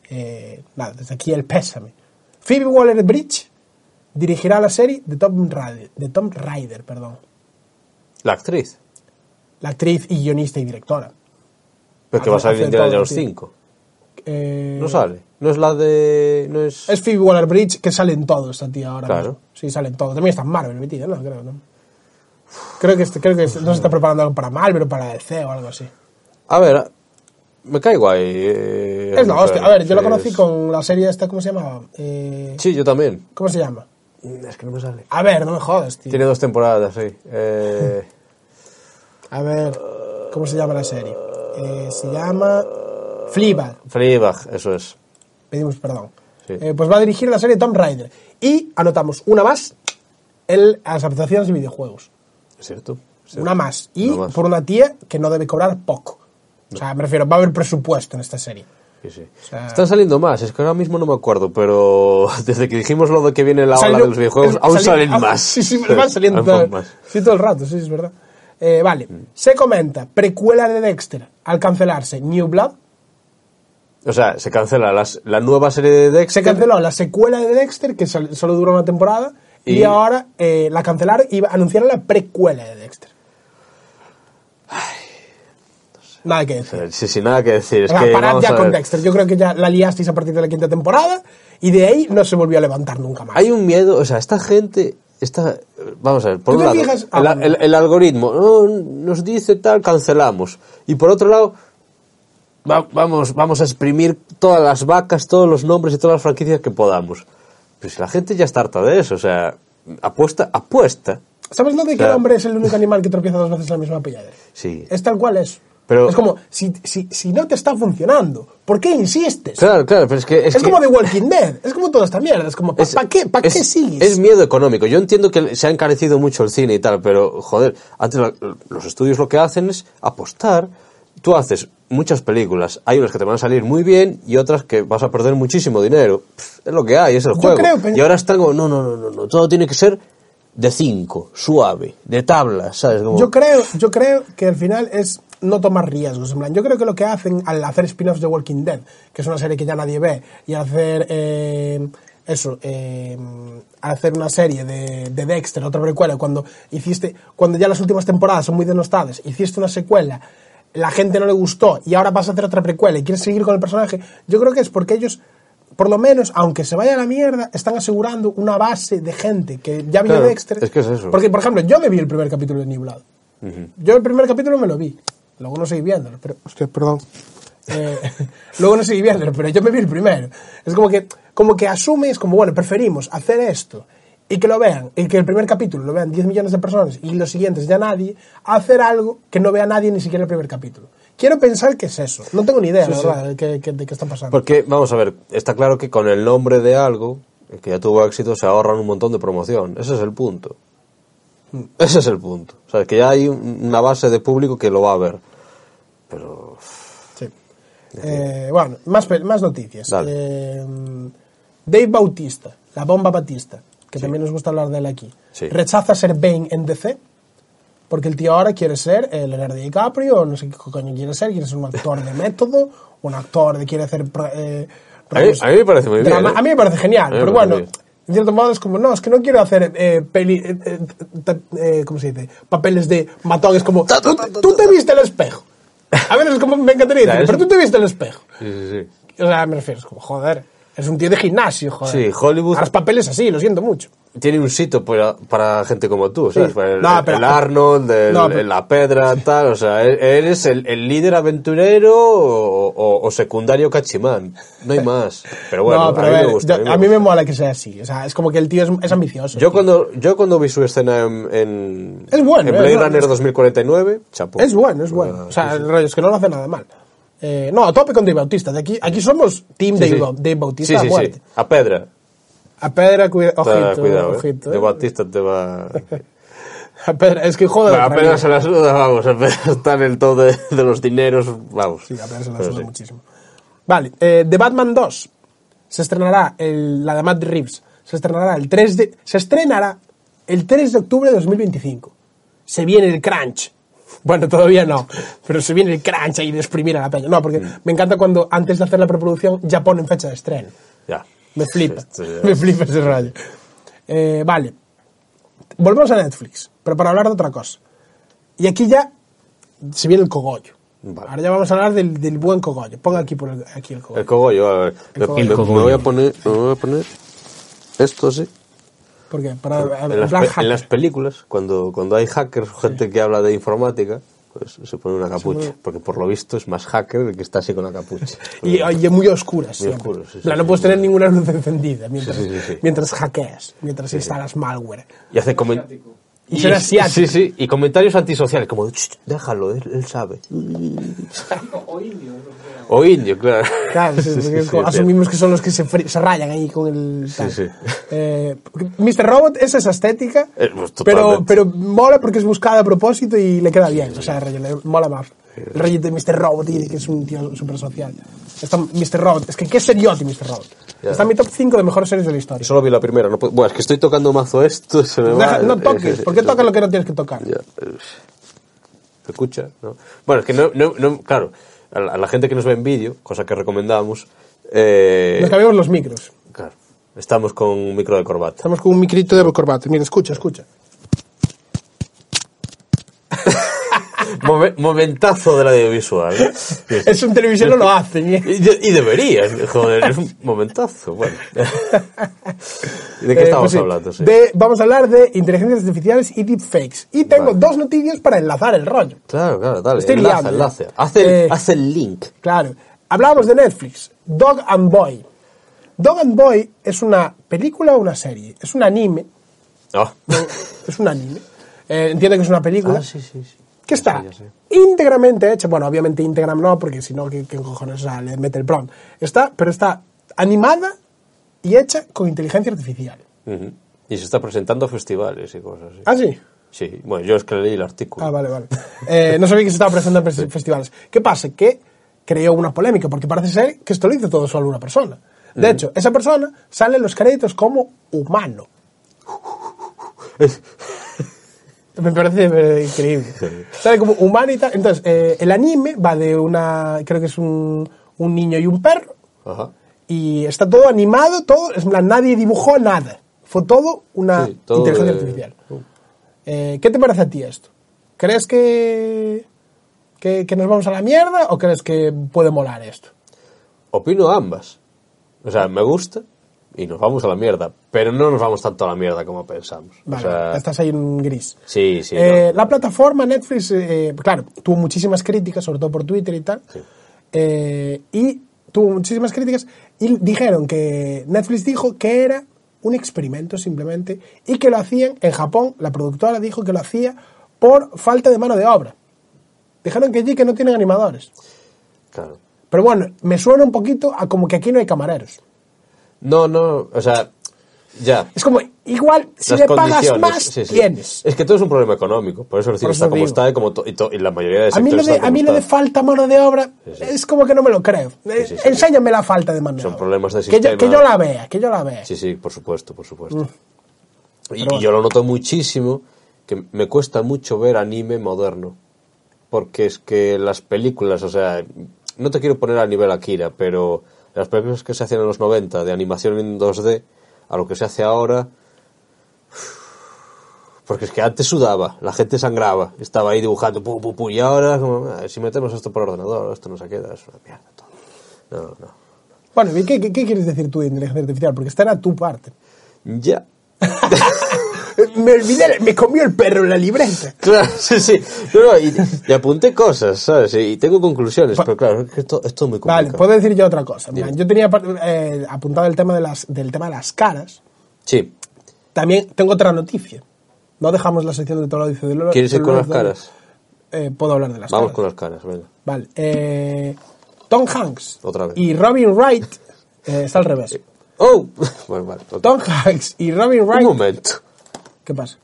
B: Eh, nada, desde aquí el pésame. Phoebe Waller-Bridge dirigirá la serie de Tom Rider, de Tom Rider perdón
C: La actriz.
B: la actriz y guionista y directora.
C: Pero que va a
B: Hace-
C: salir
B: hace
C: en Indiana
B: todo,
C: Jones
B: sí.
C: 5.
B: Eh,
C: No sale. No es la de. No es.
B: Es Phoebe Waller-Bridge, que salen todos esta tía ahora
C: Claro.
B: mismo. Sí, salen todos. También está en Marvel metida, ¿no? Creo, ¿no? Creo que, este- creo que este- no se está preparando algo para Marvel o para DC o algo así.
C: A ver, a- me cae guay. eh,
B: Es la
C: Harry
B: hostia. A
C: Potter,
B: ver, yo la
C: sí,
B: conocí
C: es-
B: con la serie esta, ¿cómo se llamaba? Eh,
C: Sí, yo también.
B: ¿Cómo se llama?
C: Es que no me sale.
B: A ver, no me jodas, tío.
C: Tiene dos temporadas, sí. Eh,
B: A ver, ¿cómo se llama la serie? Eh, se llama Fleabag.
C: Fleabag, eso es.
B: pedimos perdón.
C: Sí.
B: Eh, pues va a dirigir la serie Tom Rider. Y anotamos una más el, a las adaptaciones de videojuegos.
C: ¿Es cierto? Sí.
B: Una más. Y
C: Una más.
B: por una tía que no debe cobrar poco. O sea, me refiero, va a haber presupuesto en esta serie.
C: Sí, sí.
B: sea-
C: Están saliendo más, es que ahora mismo no me acuerdo, pero desde que dijimos lo de que viene la
B: Salió-
C: ola de los videojuegos,
B: el-
C: aún
B: salió-
C: salen
B: aún-
C: más.
B: Sí, sí, van saliendo.
C: Aún
B: todo-
C: más. Mm.
B: Sí, todo el rato, sí, es verdad. Eh, vale, se comenta, precuela de Dexter, al cancelarse New Blood,
C: O sea, se cancela las- la nueva serie de
B: se
C: Dexter.
B: canceló la secuela de Dexter, que sol- solo duró una temporada, y,
C: Y-
B: ahora eh, la cancelaron y anunciaron la precuela de Dexter. Nada que decir.
C: Sí, sin nada que decir. Es
B: O sea,
C: que
B: parad
C: vamos
B: ya
C: a
B: con
C: ver.
B: Dexter. Yo creo que ya la liasteis a partir de la quinta temporada y de ahí no se volvió a levantar nunca más.
C: Hay un miedo, o sea, esta gente está... Vamos a ver, por
B: ¿Tú
C: un
B: te
C: lado,
B: fijas? Ah,
C: el,
B: bueno.
C: el- el algoritmo "No, nos dice tal, cancelamos. Y por otro lado, va- vamos, vamos a exprimir todas las vacas, todos los nombres y todas las franquicias que podamos. Pero si la gente ya está harta de eso, o sea, apuesta, apuesta.
B: ¿Sabes lo de que el
C: Claro.
B: hombre es el único animal que tropieza dos veces en la misma pillada?
C: Sí.
B: Es tal cual es.
C: Pero-
B: es como, si, si, si no te está funcionando, ¿por qué insistes?
C: Claro, claro, pero es que...
B: es como The Walking Dead. Es como toda esta mierda. Es como, ¿para qué, pa'
C: es-
B: qué sigues?
C: Es miedo económico. Yo entiendo que se ha encarecido mucho el cine y tal, pero joder, antes la- los estudios lo que hacen es apostar. Tú haces muchas películas, hay unas que te van a salir muy bien y otras que vas a perder muchísimo dinero. Pff, Es lo que hay, es el juego.
B: creo, pero-
C: Y ahora están como, no, no, no, no, no, todo tiene que ser de cinco, suave, de tabla, ¿sabes? Como-
B: Yo creo, yo creo que al final es no tomar riesgos. En plan, yo creo que lo que hacen al hacer spin-offs de Walking Dead, que es una serie que ya nadie ve, y hacer eh, eso, eh, hacer una serie de, de Dexter, otra precuela, cuando hiciste, cuando ya las últimas temporadas son muy denostadas, hiciste una secuela, la gente no le gustó y ahora vas a hacer otra precuela y quieres seguir con el personaje, yo creo que es porque ellos por lo menos, aunque se vaya a la mierda, están asegurando una base de gente que ya vio
C: Claro,
B: Dexter.
C: es que es eso.
B: Porque, por ejemplo, yo me vi el primer capítulo de Niblado. Yo el primer capítulo me lo vi. Luego no seguí viéndolo, pero... Hostia, perdón. Eh, luego no seguí viéndolo, pero yo me vi el primero. Es como que, como que asumes, como bueno, preferimos hacer esto y que lo vean, y que el primer capítulo lo vean 10 millones de personas y los siguientes ya nadie, a hacer algo que no vea nadie ni siquiera el primer capítulo. Quiero pensar que es eso. No tengo ni idea, la verdad, de qué- qué- de qué está pasando.
C: Porque, vamos a ver, está claro que con el nombre de algo que ya tuvo éxito se ahorran un montón de promoción. Ese es el punto.
B: Hmm.
C: Ese es el punto. O sea, que ya hay un- una base de público que lo va a ver. Pero
B: Sí. Eh, bueno, más, pe- más noticias.
C: Dale.
B: Eh, Dave Bautista, la bomba Batista, que también nos gusta hablar de él aquí,
C: Sí.
B: rechaza ser Bane en DC porque el tío ahora quiere ser eh, Leonardo DiCaprio, o no sé qué coño quiere ser, quiere ser un actor de método, un actor que quiere hacer... pro- eh,
C: A mí- a mí me parece muy bien,
B: drama-
C: ¿eh?
B: A mí me parece
C: A
B: genial,
C: mí me
B: pero
C: parece
B: bueno,
C: bien.
B: en cierto modo es como, no, es que no quiero hacer eh, peli, eh, eh, ta- eh, ¿cómo se dice? Papeles de matón, es como, tú, tú te viste el espejo. A ver, es como, me encantaría
C: Ya,
B: decir,
C: es-
B: pero tú te viste el espejo.
C: Sí, sí, sí.
B: O sea, me refiero, es como, joder, es un tío de gimnasio, joder.
C: Sí, Hollywood-
B: Haz papeles así, lo siento mucho.
C: Tiene un sitio para, para gente como tú, ¿sabes? Para el,
B: No, pero-
C: el Arnold, el-
B: No, pero-
C: la Pedra, tal. O sea, e- eres el, el líder aventurero o, o- o secundario cachimán. No hay más. Pero bueno,
B: no, pero
C: a mí
B: ver,
C: me gusta.
B: yo-
C: me
B: a mí me
C: gusta.
B: mola que sea así. O sea, es como que el tío es, es ambicioso.
C: Yo
B: tío.
C: cuando, yo cuando vi su escena en, en,
B: Es bueno,
C: en
B: eh,
C: Blade
B: no,
C: Runner
B: es-
C: 2049, chapo.
B: Es bueno, es
C: Ah.
B: bueno. o sea, el rollo es que no lo hace nada mal. Eh, no, a tope con Dave Bautista. De aquí, aquí somos Team
C: Sí,
B: Dave,
C: sí.
B: Bau- Dave Bautista
C: Sí,
B: a
C: sí,
B: muerte.
C: sí. A Pedra.
B: A Pedra, cuida-
C: Está-
B: ojito,
C: cuidado, eh.
B: ojito.
C: De
B: eh.
C: Batista te va...
B: A Pedra, es que joder.
C: Bueno, a
B: Ramiro.
C: Pedra se la suda, vamos. A Pedra está en el todo de, de los dineros, vamos.
B: Sí, a Pedra se la
C: Pero
B: suda
C: sí.
B: muchísimo. Vale, eh, The Batman 2 se estrenará, el, la de Matt Reeves, se estrenará el 3 de, se estrenará el 3 de octubre de 2025. Se viene el crunch. Bueno, todavía no, pero se viene el crunch ahí de exprimir a la peña. No, porque
C: Mm.
B: me encanta cuando antes de hacer la preproducción ya ponen fecha de estreno.
C: Ya.
B: Me flipa.
C: Esto ya-
B: Me flipa ese rayo. Eh, vale. Volvemos a Netflix, pero para hablar de otra cosa. Y aquí ya se viene el cogollo.
C: Vale.
B: Ahora ya vamos a hablar del, del buen cogollo. Ponga aquí, por el, aquí el cogollo.
C: El cogollo, a ver.
B: El
C: Me-
B: cogollo.
C: me-
F: El
C: Me
F: cogollo.
C: voy a poner, me voy a poner esto sí.
B: ¿Por qué? Para, en,
C: En las,
B: plan
C: pe-
B: hacker.
C: en las películas, cuando, cuando hay hackers, gente que habla de informática, pues se pone una capucha. Porque por lo visto es más hacker el que está así con la capucha.
B: Y, y muy oscuras. siempre.
C: oscuras, sí, sí,
B: En plan, no
C: sí,
B: puedes
C: sí.
B: tener ninguna luz encendida mientras,
C: Sí, sí, sí, sí.
B: mientras hackeas, mientras instalas malware.
C: Y hace comen-
B: Y ser asiático.
C: Sí, sí, y comentarios antisociales, como, "Ch, déjalo, él, él sabe.
D: O indio, no sé.
C: O indio, claro.
B: Claro, sí,
C: Sí,
B: porque
C: sí,
B: es como-
C: sí,
B: asumimos que son los que se, fri- se rayan ahí con el. tal.
C: sí.
B: Eh, porque Mr. Robot es esa estética,
C: Eh, pues,
B: pero,
C: totalmente.
B: pero mola porque es buscada a propósito y le queda bien. O sea, rollo, le mola más. El rollo de Mr. Robot y que es un tío súper social. Está Mr. Robot, es que qué seriote Mr. Robot.
C: Ya.
B: Está en mi top 5 de mejores series de la historia.
C: Solo vi la primera. No puedo- Bueno, es que estoy tocando mazo esto. Se me
B: Deja-
C: va- eh,
B: no toques, porque tocas lo que no tienes que tocar.
C: Ya, eh, ¿Se escucha? ¿no? Bueno, es que no, no, no- claro, a la, a la gente que nos ve en vídeo, cosa que recomendamos, eh,
B: Nos cambiamos los micros.
C: claro, estamos con un micro de corbata.
B: Estamos con un micrito de corbata. Mira, escucha, escucha.
C: Mome- momentazo del audiovisual. ¿eh?
B: Es un televisión, no lo hacen. ¿eh?
C: Y, de- y deberías, joder, es un momentazo. Bueno. ¿Y ¿De qué
B: Eh,
C: estamos
B: pues sí,
C: hablando? Sí.
B: de- vamos a hablar de inteligencias artificiales y deepfakes. Y tengo
C: Vale.
B: dos noticias para enlazar el rollo.
C: Claro, claro, dale.
B: Estoy
C: enlaza,
B: liando, ¿eh?
C: enlace. Haz el,
B: Eh,
C: haz el link.
B: Claro. Hablábamos de Netflix, Dog and Boy. Dog and Boy es una película o una serie. Es un anime.
C: Ah.
B: Es un anime. Eh, entiendo que es una película.
C: Ah, sí, sí, sí.
B: que está íntegramente hecha, bueno, obviamente íntegram no, porque si no, ¿qué, qué cojones O sea, le mete el prompt? Está, pero está animada y hecha con inteligencia artificial.
C: Ujú. Y se está presentando a festivales y cosas así.
B: ¿Ah, sí?
C: Sí, bueno, yo es que leí el artículo.
B: Ah, vale, vale. Eh, no sabía que se estaba presentando en fes- festivales. ¿Qué pasa? Que creó una polémica, porque parece ser que esto lo hizo todo solo una persona. De hecho, esa persona sale en los créditos como humano. Me parece eh, increíble. Sale como humano y tal. Entonces, eh, el anime va de una. Creo que es un, un niño y un perro.
C: Ajá.
B: Y está todo animado, todo. Es en plan, nadie dibujó nada. Fue todo una
C: Sí, todo
B: inteligencia
C: de-
B: artificial. Eh, ¿Qué te parece a ti esto? ¿Crees que, que, que nos vamos a la mierda o crees que puede molar esto?
C: Opino ambas. O sea, me gusta y nos vamos a la mierda, pero no nos vamos tanto a la mierda como pensamos.
B: Vale,
C: o sea,
B: estás ahí en un gris.
C: Sí, sí,
B: Eh,
C: no.
B: La plataforma Netflix, eh, claro, tuvo muchísimas críticas, sobre todo por Twitter y tal. Eh, y tuvo muchísimas críticas. Y dijeron que Netflix dijo que era un experimento simplemente. Y que lo hacían en Japón. La productora dijo que lo hacía por falta de mano de obra. Dijeron que allí que no tienen animadores.
C: claro.
B: Pero bueno, me suena un poquito a como que aquí no hay camareros.
C: No, no, o sea, ya.
B: Es como, igual, si
C: las
B: le pagas
C: condiciones,
B: más,
C: sí, sí.
B: tienes.
C: Es que todo es un problema económico, por eso el cine
B: Por eso
C: está como
B: digo.
C: está y, como to- y, to- y la mayoría de
B: A mí, lo
C: sectores
B: de,
C: están
B: a mí
C: como
B: lo de
C: están.
B: falta mano de obra
C: sí.
B: es como que no me lo creo. Eh,
C: sí, sí.
B: Enséñame la falta de mano de
C: Son
B: obra.
C: problemas de
B: que yo,
C: sistema.
B: que yo la vea, que yo la vea.
C: Sí, sí, por supuesto, por supuesto. y,
B: pero
C: y yo lo noto muchísimo, que me cuesta mucho ver anime moderno. Porque es que las películas, o sea, no te quiero poner al nivel Akira, pero las películas que se hacían en los 90 de animación en 2D a lo que se hace ahora. Porque es que antes sudaba, la gente sangraba, estaba ahí dibujando, pu, pu, pu, y ahora, como, "Ah, si metemos esto por ordenador, esto no se queda, es una mierda todo. No, no.
B: Bueno, ¿y ¿qué, qué, qué quieres decir tú de inteligencia artificial? Porque esta era tu parte.
C: Ya.
B: Eh, Me olvidé, me comió el perro la libreta.
C: Claro, sí, sí. No, no, y, y apunté cosas, ¿sabes? Y tengo conclusiones, pero claro, es que esto, esto es muy
B: Vale,
C: complicado.
B: puedo decir yo otra cosa. Mira,
C: Dime.
B: yo tenía apar- eh, apuntado el tema de las, del tema de las caras.
C: Sí.
B: También tengo otra noticia. No dejamos la sección de todo lo dice de Lola-
C: ¿Quieres ir
B: de
C: con
B: Lola-
C: las caras?
B: Eh, puedo hablar de las
C: Vamos
B: caras.
C: con las caras, venga.
B: Vale. eh, Tom Hanks
C: Otra vez.
B: y Robin Wright. eh, está al revés.
C: ¡Oh! Bueno, vale. ok.
B: Tom Hanks y Robin
C: Un
B: Wright.
C: momento.
B: ¿Qué pasa?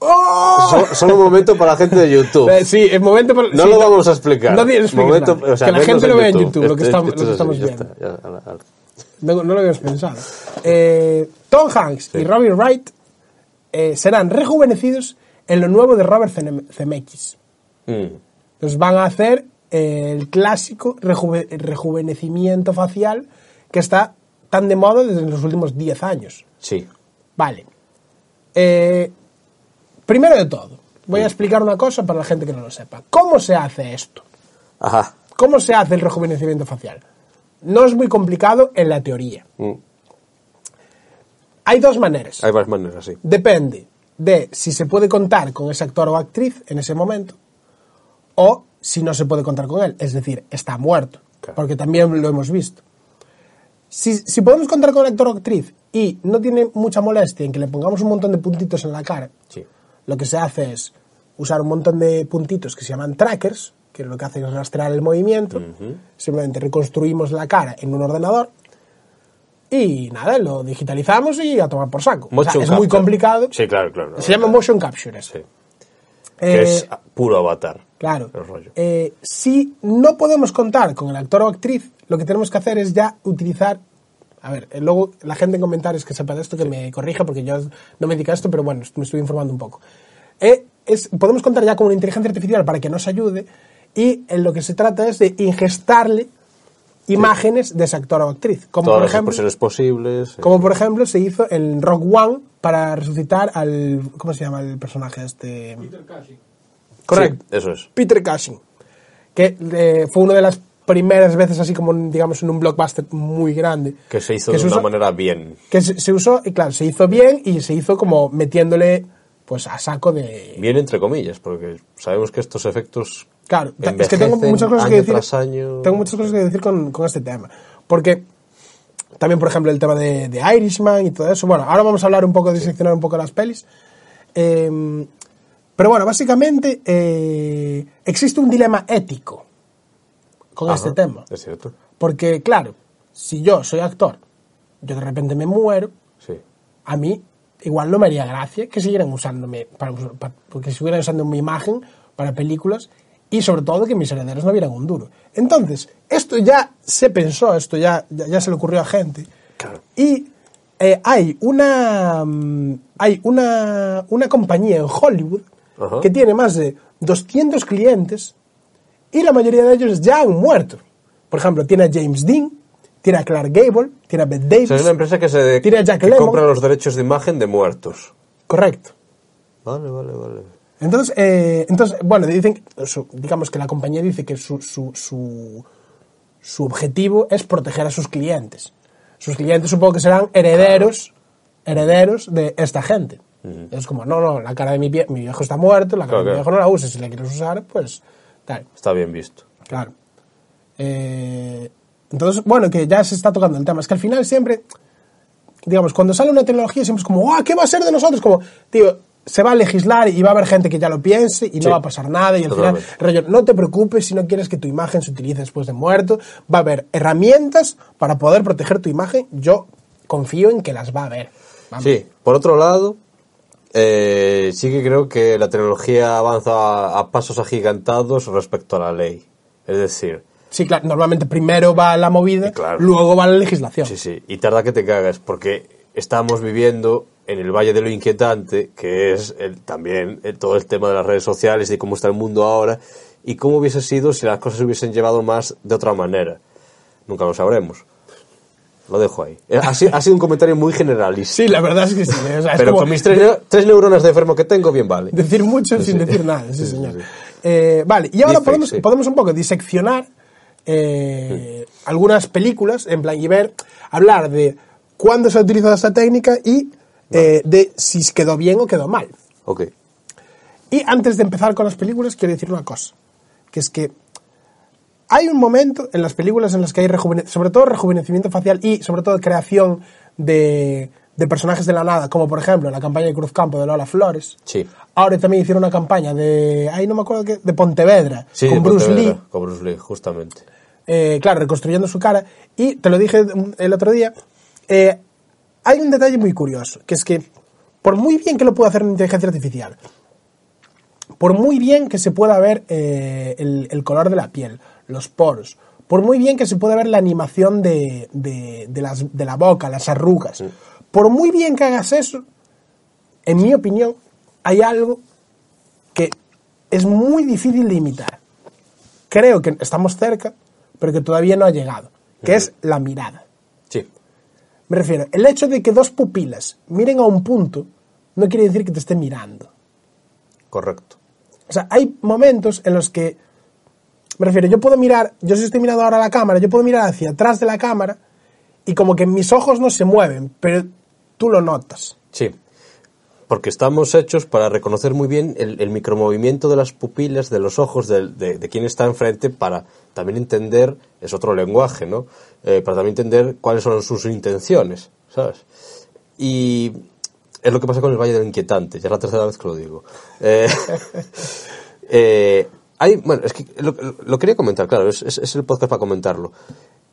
B: ¡Oh!
C: Solo, solo un momento para la gente de YouTube.
B: Eh, sí, el momento. por-
C: No
B: sí,
C: lo vamos a explicar.
B: No tienes que
C: Momento-
B: explicar.
C: o sea,
B: que la
C: vernos
B: gente lo vea en YouTube, lo que
C: Este-
B: estamos, lo
C: esto
B: que
C: es así,
B: estamos
C: ya
B: viendo.
C: está, ya, ala, ala.
B: No, no lo habíamos pensado. Eh, Tom Hanks y Robin Wright eh, serán rejuvenecidos en lo nuevo de Robert Zeme- Zemeckis.
C: Mm.
B: Entonces van a hacer eh, el clásico rejuve- rejuvenecimiento facial que está tan de moda desde los últimos 10 años.
C: Sí.
B: Vale. Eh, primero de todo, voy a explicar una cosa para la gente que no lo sepa. ¿Cómo se hace esto?
C: Ajá.
B: ¿Cómo se hace el rejuvenecimiento facial? No es muy complicado en la teoría.
C: Mm.
B: Hay dos maneras.
C: Hay varias maneras, sí.
B: Depende de si se puede contar con ese actor o actriz en ese momento o si no se puede contar con él. Es decir, está muerto.
C: Claro.
B: Porque también lo hemos visto. Si, si podemos contar con el actor o actriz y no tiene mucha molestia en que le pongamos un montón de puntitos en la cara,
C: Sí.
B: lo que se hace es usar un montón de puntitos que se llaman trackers, que lo que hacen es rastrear el movimiento. Simplemente reconstruimos la cara en un ordenador y nada, lo digitalizamos y a tomar por saco. O sea,
C: Motion
B: es muy
C: capture.
B: complicado.
C: Sí, claro, claro.
B: Se llama motion capture eso.
C: Sí.
B: Eh,
C: Que es puro avatar.
B: Claro.
C: El rollo.
B: Eh, si no podemos contar con el actor o actriz, lo que tenemos que hacer es ya utilizar. A ver, eh, luego la gente en comentarios que sepa de esto que me corrija, porque yo no me dedico a esto, pero bueno, est- me estoy informando un poco. Eh, es, podemos contar ya con una inteligencia artificial para que nos ayude, y en lo que se trata es de ingestarle imágenes de ese actor o actriz. Como
C: Todas
B: por
C: las
B: ejemplo.
C: expresiones posibles. eh, sí.
B: Como por ejemplo se hizo en Rock One para resucitar al. ¿Cómo se llama el personaje este?
D: Peter Cushing.
B: Correcto.
C: Sí, eso es.
B: Peter Cushing, que eh, fue una de las primeras veces así como en, digamos en un blockbuster muy grande.
C: Que se hizo de
B: usó-
C: una manera bien.
B: Que se, se usó, y claro, se hizo bien y se hizo como metiéndole pues a saco de...
C: Bien entre comillas, porque sabemos que estos efectos...
B: Claro, ta- es que tengo
C: envejecen
B: muchas cosas
C: año
B: que decir.
C: tras año.
B: Tengo muchas cosas que decir con, con este tema. Porque también, por ejemplo, el tema de, de Irishman y todo eso. Bueno, ahora vamos a hablar un poco, diseccionar un poco las pelis. Eh, pero bueno, básicamente eh, existe un dilema ético con
C: Ajá,
B: este tema.
C: Es cierto,
B: Porque, claro, si yo soy actor, yo de repente me muero,
C: sí.
B: a mí igual no me haría gracia que siguieran usándome, para, us- pa- porque siguieran usando mi imagen para películas y sobre todo que mis herederos no vieran un duro. Entonces, esto ya se pensó, esto ya, ya, ya se le ocurrió a gente.
C: Claro.
B: Y eh, hay una mm, hay una, una compañía en Hollywood
C: Ajá.
B: que tiene más de 200 clientes y la mayoría de ellos ya han muerto. Por ejemplo, tiene a James Dean, tiene a Clark Gable, tiene a Bette
C: O sea, es
B: Davis.
C: una empresa que se de-
B: Tiene a Pues Jack
C: que
B: Lemmon.
C: compra los derechos de imagen de muertos.
B: Correcto.
C: Vale, vale, vale.
B: Entonces, eh, entonces bueno, dicen, su- digamos que la compañía dice que su, su, su, su objetivo es proteger a sus clientes. Sus clientes supongo que serán herederos, herederos de esta gente. Es como, no, no, la cara de mi, vie- mi viejo está muerto, la cara
C: Claro,
B: de mi
C: claro.
B: viejo no la uses, si la quieres usar, pues tal.
C: Está bien visto.
B: Claro. Eh, entonces, bueno, que ya se está tocando el tema. Es que al final siempre, digamos, cuando sale una tecnología siempre es como, ¡ah, qué va a ser de nosotros! Como, tío, se va a legislar y va a haber gente que ya lo piense y
C: Sí.
B: no va a pasar nada. Y al final,
C: Totalmente.
B: rollo, no te preocupes si no quieres que tu imagen se utilice después de muerto. Va a haber herramientas para poder proteger tu imagen. Yo confío en que las va a haber. Vamos.
C: Sí, por otro lado, eh, sí que creo que la tecnología avanza a, a pasos agigantados respecto a la ley. Es decir,
B: Sí, claro, normalmente primero va la movida,
C: Y claro.
B: luego va la legislación.
C: sí, sí, y tarda que te cagas, porque estamos viviendo en el valle de lo inquietante, que es el- también el- todo el tema de las redes sociales y cómo está el mundo ahora, y cómo hubiese sido si las cosas se hubiesen llevado más de otra manera. Nunca lo sabremos. Lo dejo ahí. Eh, Ha sido, ha sido un comentario muy generalista.
B: Sí, la verdad es que sí. o sea, es
C: Pero
B: como-
C: con mis tres, neu- tres neuronas de enfermo que tengo, bien vale.
B: Decir mucho sin
C: sí.
B: decir nada, sí,
C: Sí, sí,
B: señor.
C: sí.
B: Eh, vale, y ahora
C: Deepfake,
B: podemos,
C: sí.
B: podemos un poco diseccionar eh,
C: Hmm.
B: algunas películas, en plan, y ver, hablar de cuándo se ha utilizado esta técnica y eh, de si quedó bien o quedó mal.
C: Ok.
B: Y antes de empezar con las películas, quiero decir una cosa, que es que hay un momento en las películas en las que hay rejuvene- sobre todo rejuvenecimiento facial y sobre todo creación de, de personajes de la nada, como por ejemplo la campaña de Cruz Campo de Lola Flores.
C: Sí.
B: Ahora también hicieron una campaña de, ay no me acuerdo qué, de Pontevedra,
C: Sí,
B: con
C: de
B: Bruce
C: Pontevedra,
B: Lee,
C: Con Bruce Lee, justamente.
B: eh, claro, reconstruyendo su cara. Y te lo dije mm, el otro día, eh, hay un detalle muy curioso, que es que por muy bien que lo pueda hacer una inteligencia artificial, por muy bien que se pueda ver eh, el, el color de la piel, los poros, por muy bien que se pueda ver la animación de, de- de las- de la boca, las arrugas, por muy bien que hagas eso, en mi opinión, hay algo que es muy difícil de imitar. Creo que estamos cerca, pero que todavía no ha llegado, que es la mirada.
C: Sí.
B: Me refiero, el hecho de que dos pupilas miren a un punto no quiere decir que te estén mirando.
C: Correcto.
B: O sea, hay momentos en los que, me refiero, yo puedo mirar, yo si estoy mirando ahora a la cámara, yo puedo mirar hacia atrás de la cámara y como que mis ojos no se mueven, pero tú lo notas.
C: Sí. Porque estamos hechos para reconocer muy bien el, el micromovimiento de las pupilas, de los ojos, del- de, de quién está enfrente, para también entender, es otro lenguaje, ¿no? Eh, para también entender cuáles son sus intenciones, ¿sabes? Y es lo que pasa con el Valle del Inquietante, ya es la tercera vez que lo digo. Eh, eh, hay, bueno, es que lo, lo quería comentar, claro, es, es- es el podcast para comentarlo.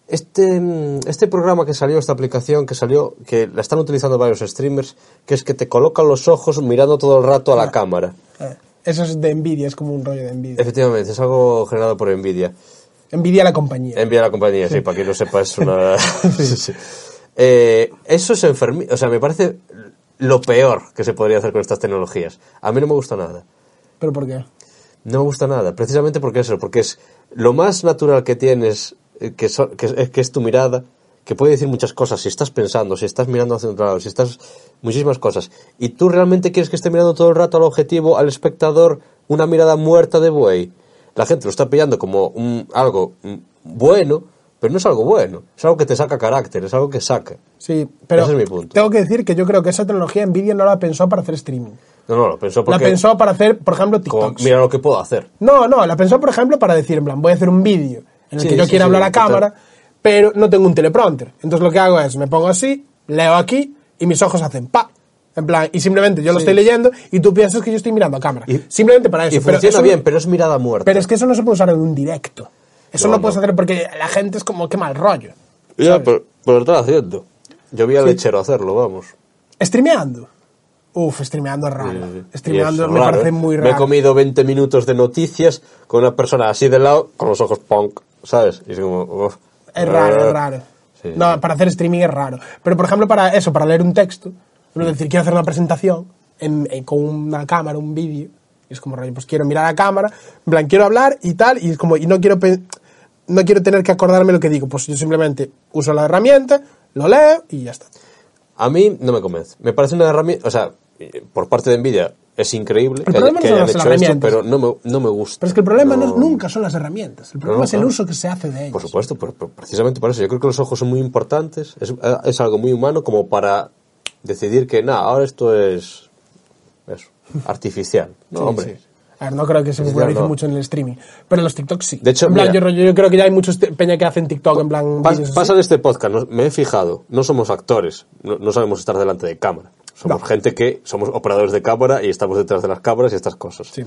C: Este, mm, este programa que salió, esta aplicación que salió, que la están utilizando varios streamers, que es que te colocan los ojos mirando todo el rato a la cámara.
B: Eh, Eso es de envidia, es como un rollo de envidia.
C: Efectivamente, es algo generado por Nvidia.
B: Envidia a la compañía.
C: Envía a la compañía, sí, para quien no sepa, es una. Sí, sí. Eh, eso es enfermi... O sea, me parece lo peor que se podría hacer con estas tecnologías. A mí no me gusta nada.
B: ¿Pero por qué?
C: No me gusta nada, precisamente porque eso, porque es lo más natural que tienes, eh, que, so- que, es- que es tu mirada, que puede decir muchas cosas, si estás pensando, si estás mirando hacia otro lado, si estás muchísimas cosas, y tú realmente quieres que esté mirando todo el rato al objetivo, al espectador, una mirada muerta de buey. La gente lo está pillando como un, algo mm, bueno, pero no es algo bueno, es algo que te saca carácter, es algo que saca.
B: Sí, pero
C: Ese es mi punto.
B: tengo que decir que yo creo que esa tecnología Nvidia no la pensó para hacer streaming.
C: No, no, lo pensó
B: La
C: porque...
B: pensó para hacer, por ejemplo,
C: como,
B: TikToks.
C: mira lo que puedo hacer.
B: No, no, la pensó, por ejemplo, para decir, en plan, voy a hacer un vídeo en el
C: Sí,
B: que yo
C: sí,
B: quiero
C: sí,
B: hablar a
C: total.
B: cámara, pero no tengo un teleprompter. Entonces lo que hago es, me pongo así, leo aquí y mis ojos hacen pa. En plan, y simplemente yo lo estoy leyendo y tú piensas que yo estoy mirando a cámara.
C: Y-
B: simplemente para eso.
C: Y funciona
B: eso no-
C: bien, pero es mirada muerta.
B: pero es que eso no se puede usar en un directo. Eso
C: No,
B: no, puedes
C: no.
B: hacer porque la gente es como, qué mal rollo.
C: Ya, pero, pero lo estás haciendo. Yo vi al lechero hacerlo, vamos.
B: ¿Streameando? Uf, streameando es raro.
C: Y
B: Streameando
C: es
B: Ah, Este me
C: raro,
B: parece
C: ¿eh?
B: muy
C: Me he
B: raro.
C: comido 20 minutos de noticias con una persona así de lado, con los ojos punk, ¿sabes? Y es como... uf.
B: Es raro,
C: Eh,
B: es raro.
C: sí. Sí.
B: No, para hacer streaming es raro. Pero, por ejemplo, para eso, para leer un texto, es
C: Mm.
B: decir, quiero hacer una presentación en- en- con una cámara, un vídeo, y es como, rollo, pues quiero mirar a la cámara, en plan, quiero hablar y tal, y es como, y no quiero, pe- no quiero tener que acordarme lo que digo, pues yo simplemente uso la herramienta, lo leo y ya está.
C: A mí no me convence. Me parece una herramienta, o sea, eh, por parte de Nvidia es increíble que,
B: problema no
C: que
B: son
C: hayan
B: las
C: hecho esto,
B: herramientas.
C: pero no me, no me gusta.
B: Pero es que el problema no, nunca son las herramientas, el problema
C: No,
B: es el
C: claro.
B: uso que se hace de ellas.
C: Por supuesto, pero, pero precisamente por eso. Yo creo que los ojos son muy importantes. Es, eh, es algo muy humano como para decidir que, nada, ahora esto es eso, artificial. No,
B: Sí,
C: hombre.
B: sí. A ver, no creo que se
C: Sí,
B: popularice
C: no.
B: mucho en el streaming, pero los TikToks sí.
C: De hecho,
B: en plan,
C: mira-
B: yo, yo creo que ya hay muchos te- peña que hacen TikTok en plan...
C: Pas-
B: vídeos así.
C: pasa de este podcast, no- me he fijado, no somos actores, no, no sabemos estar delante de cámara. Somos
B: No.
C: gente que somos operadores de cámara y estamos detrás de las cámaras y estas cosas.
B: Sí.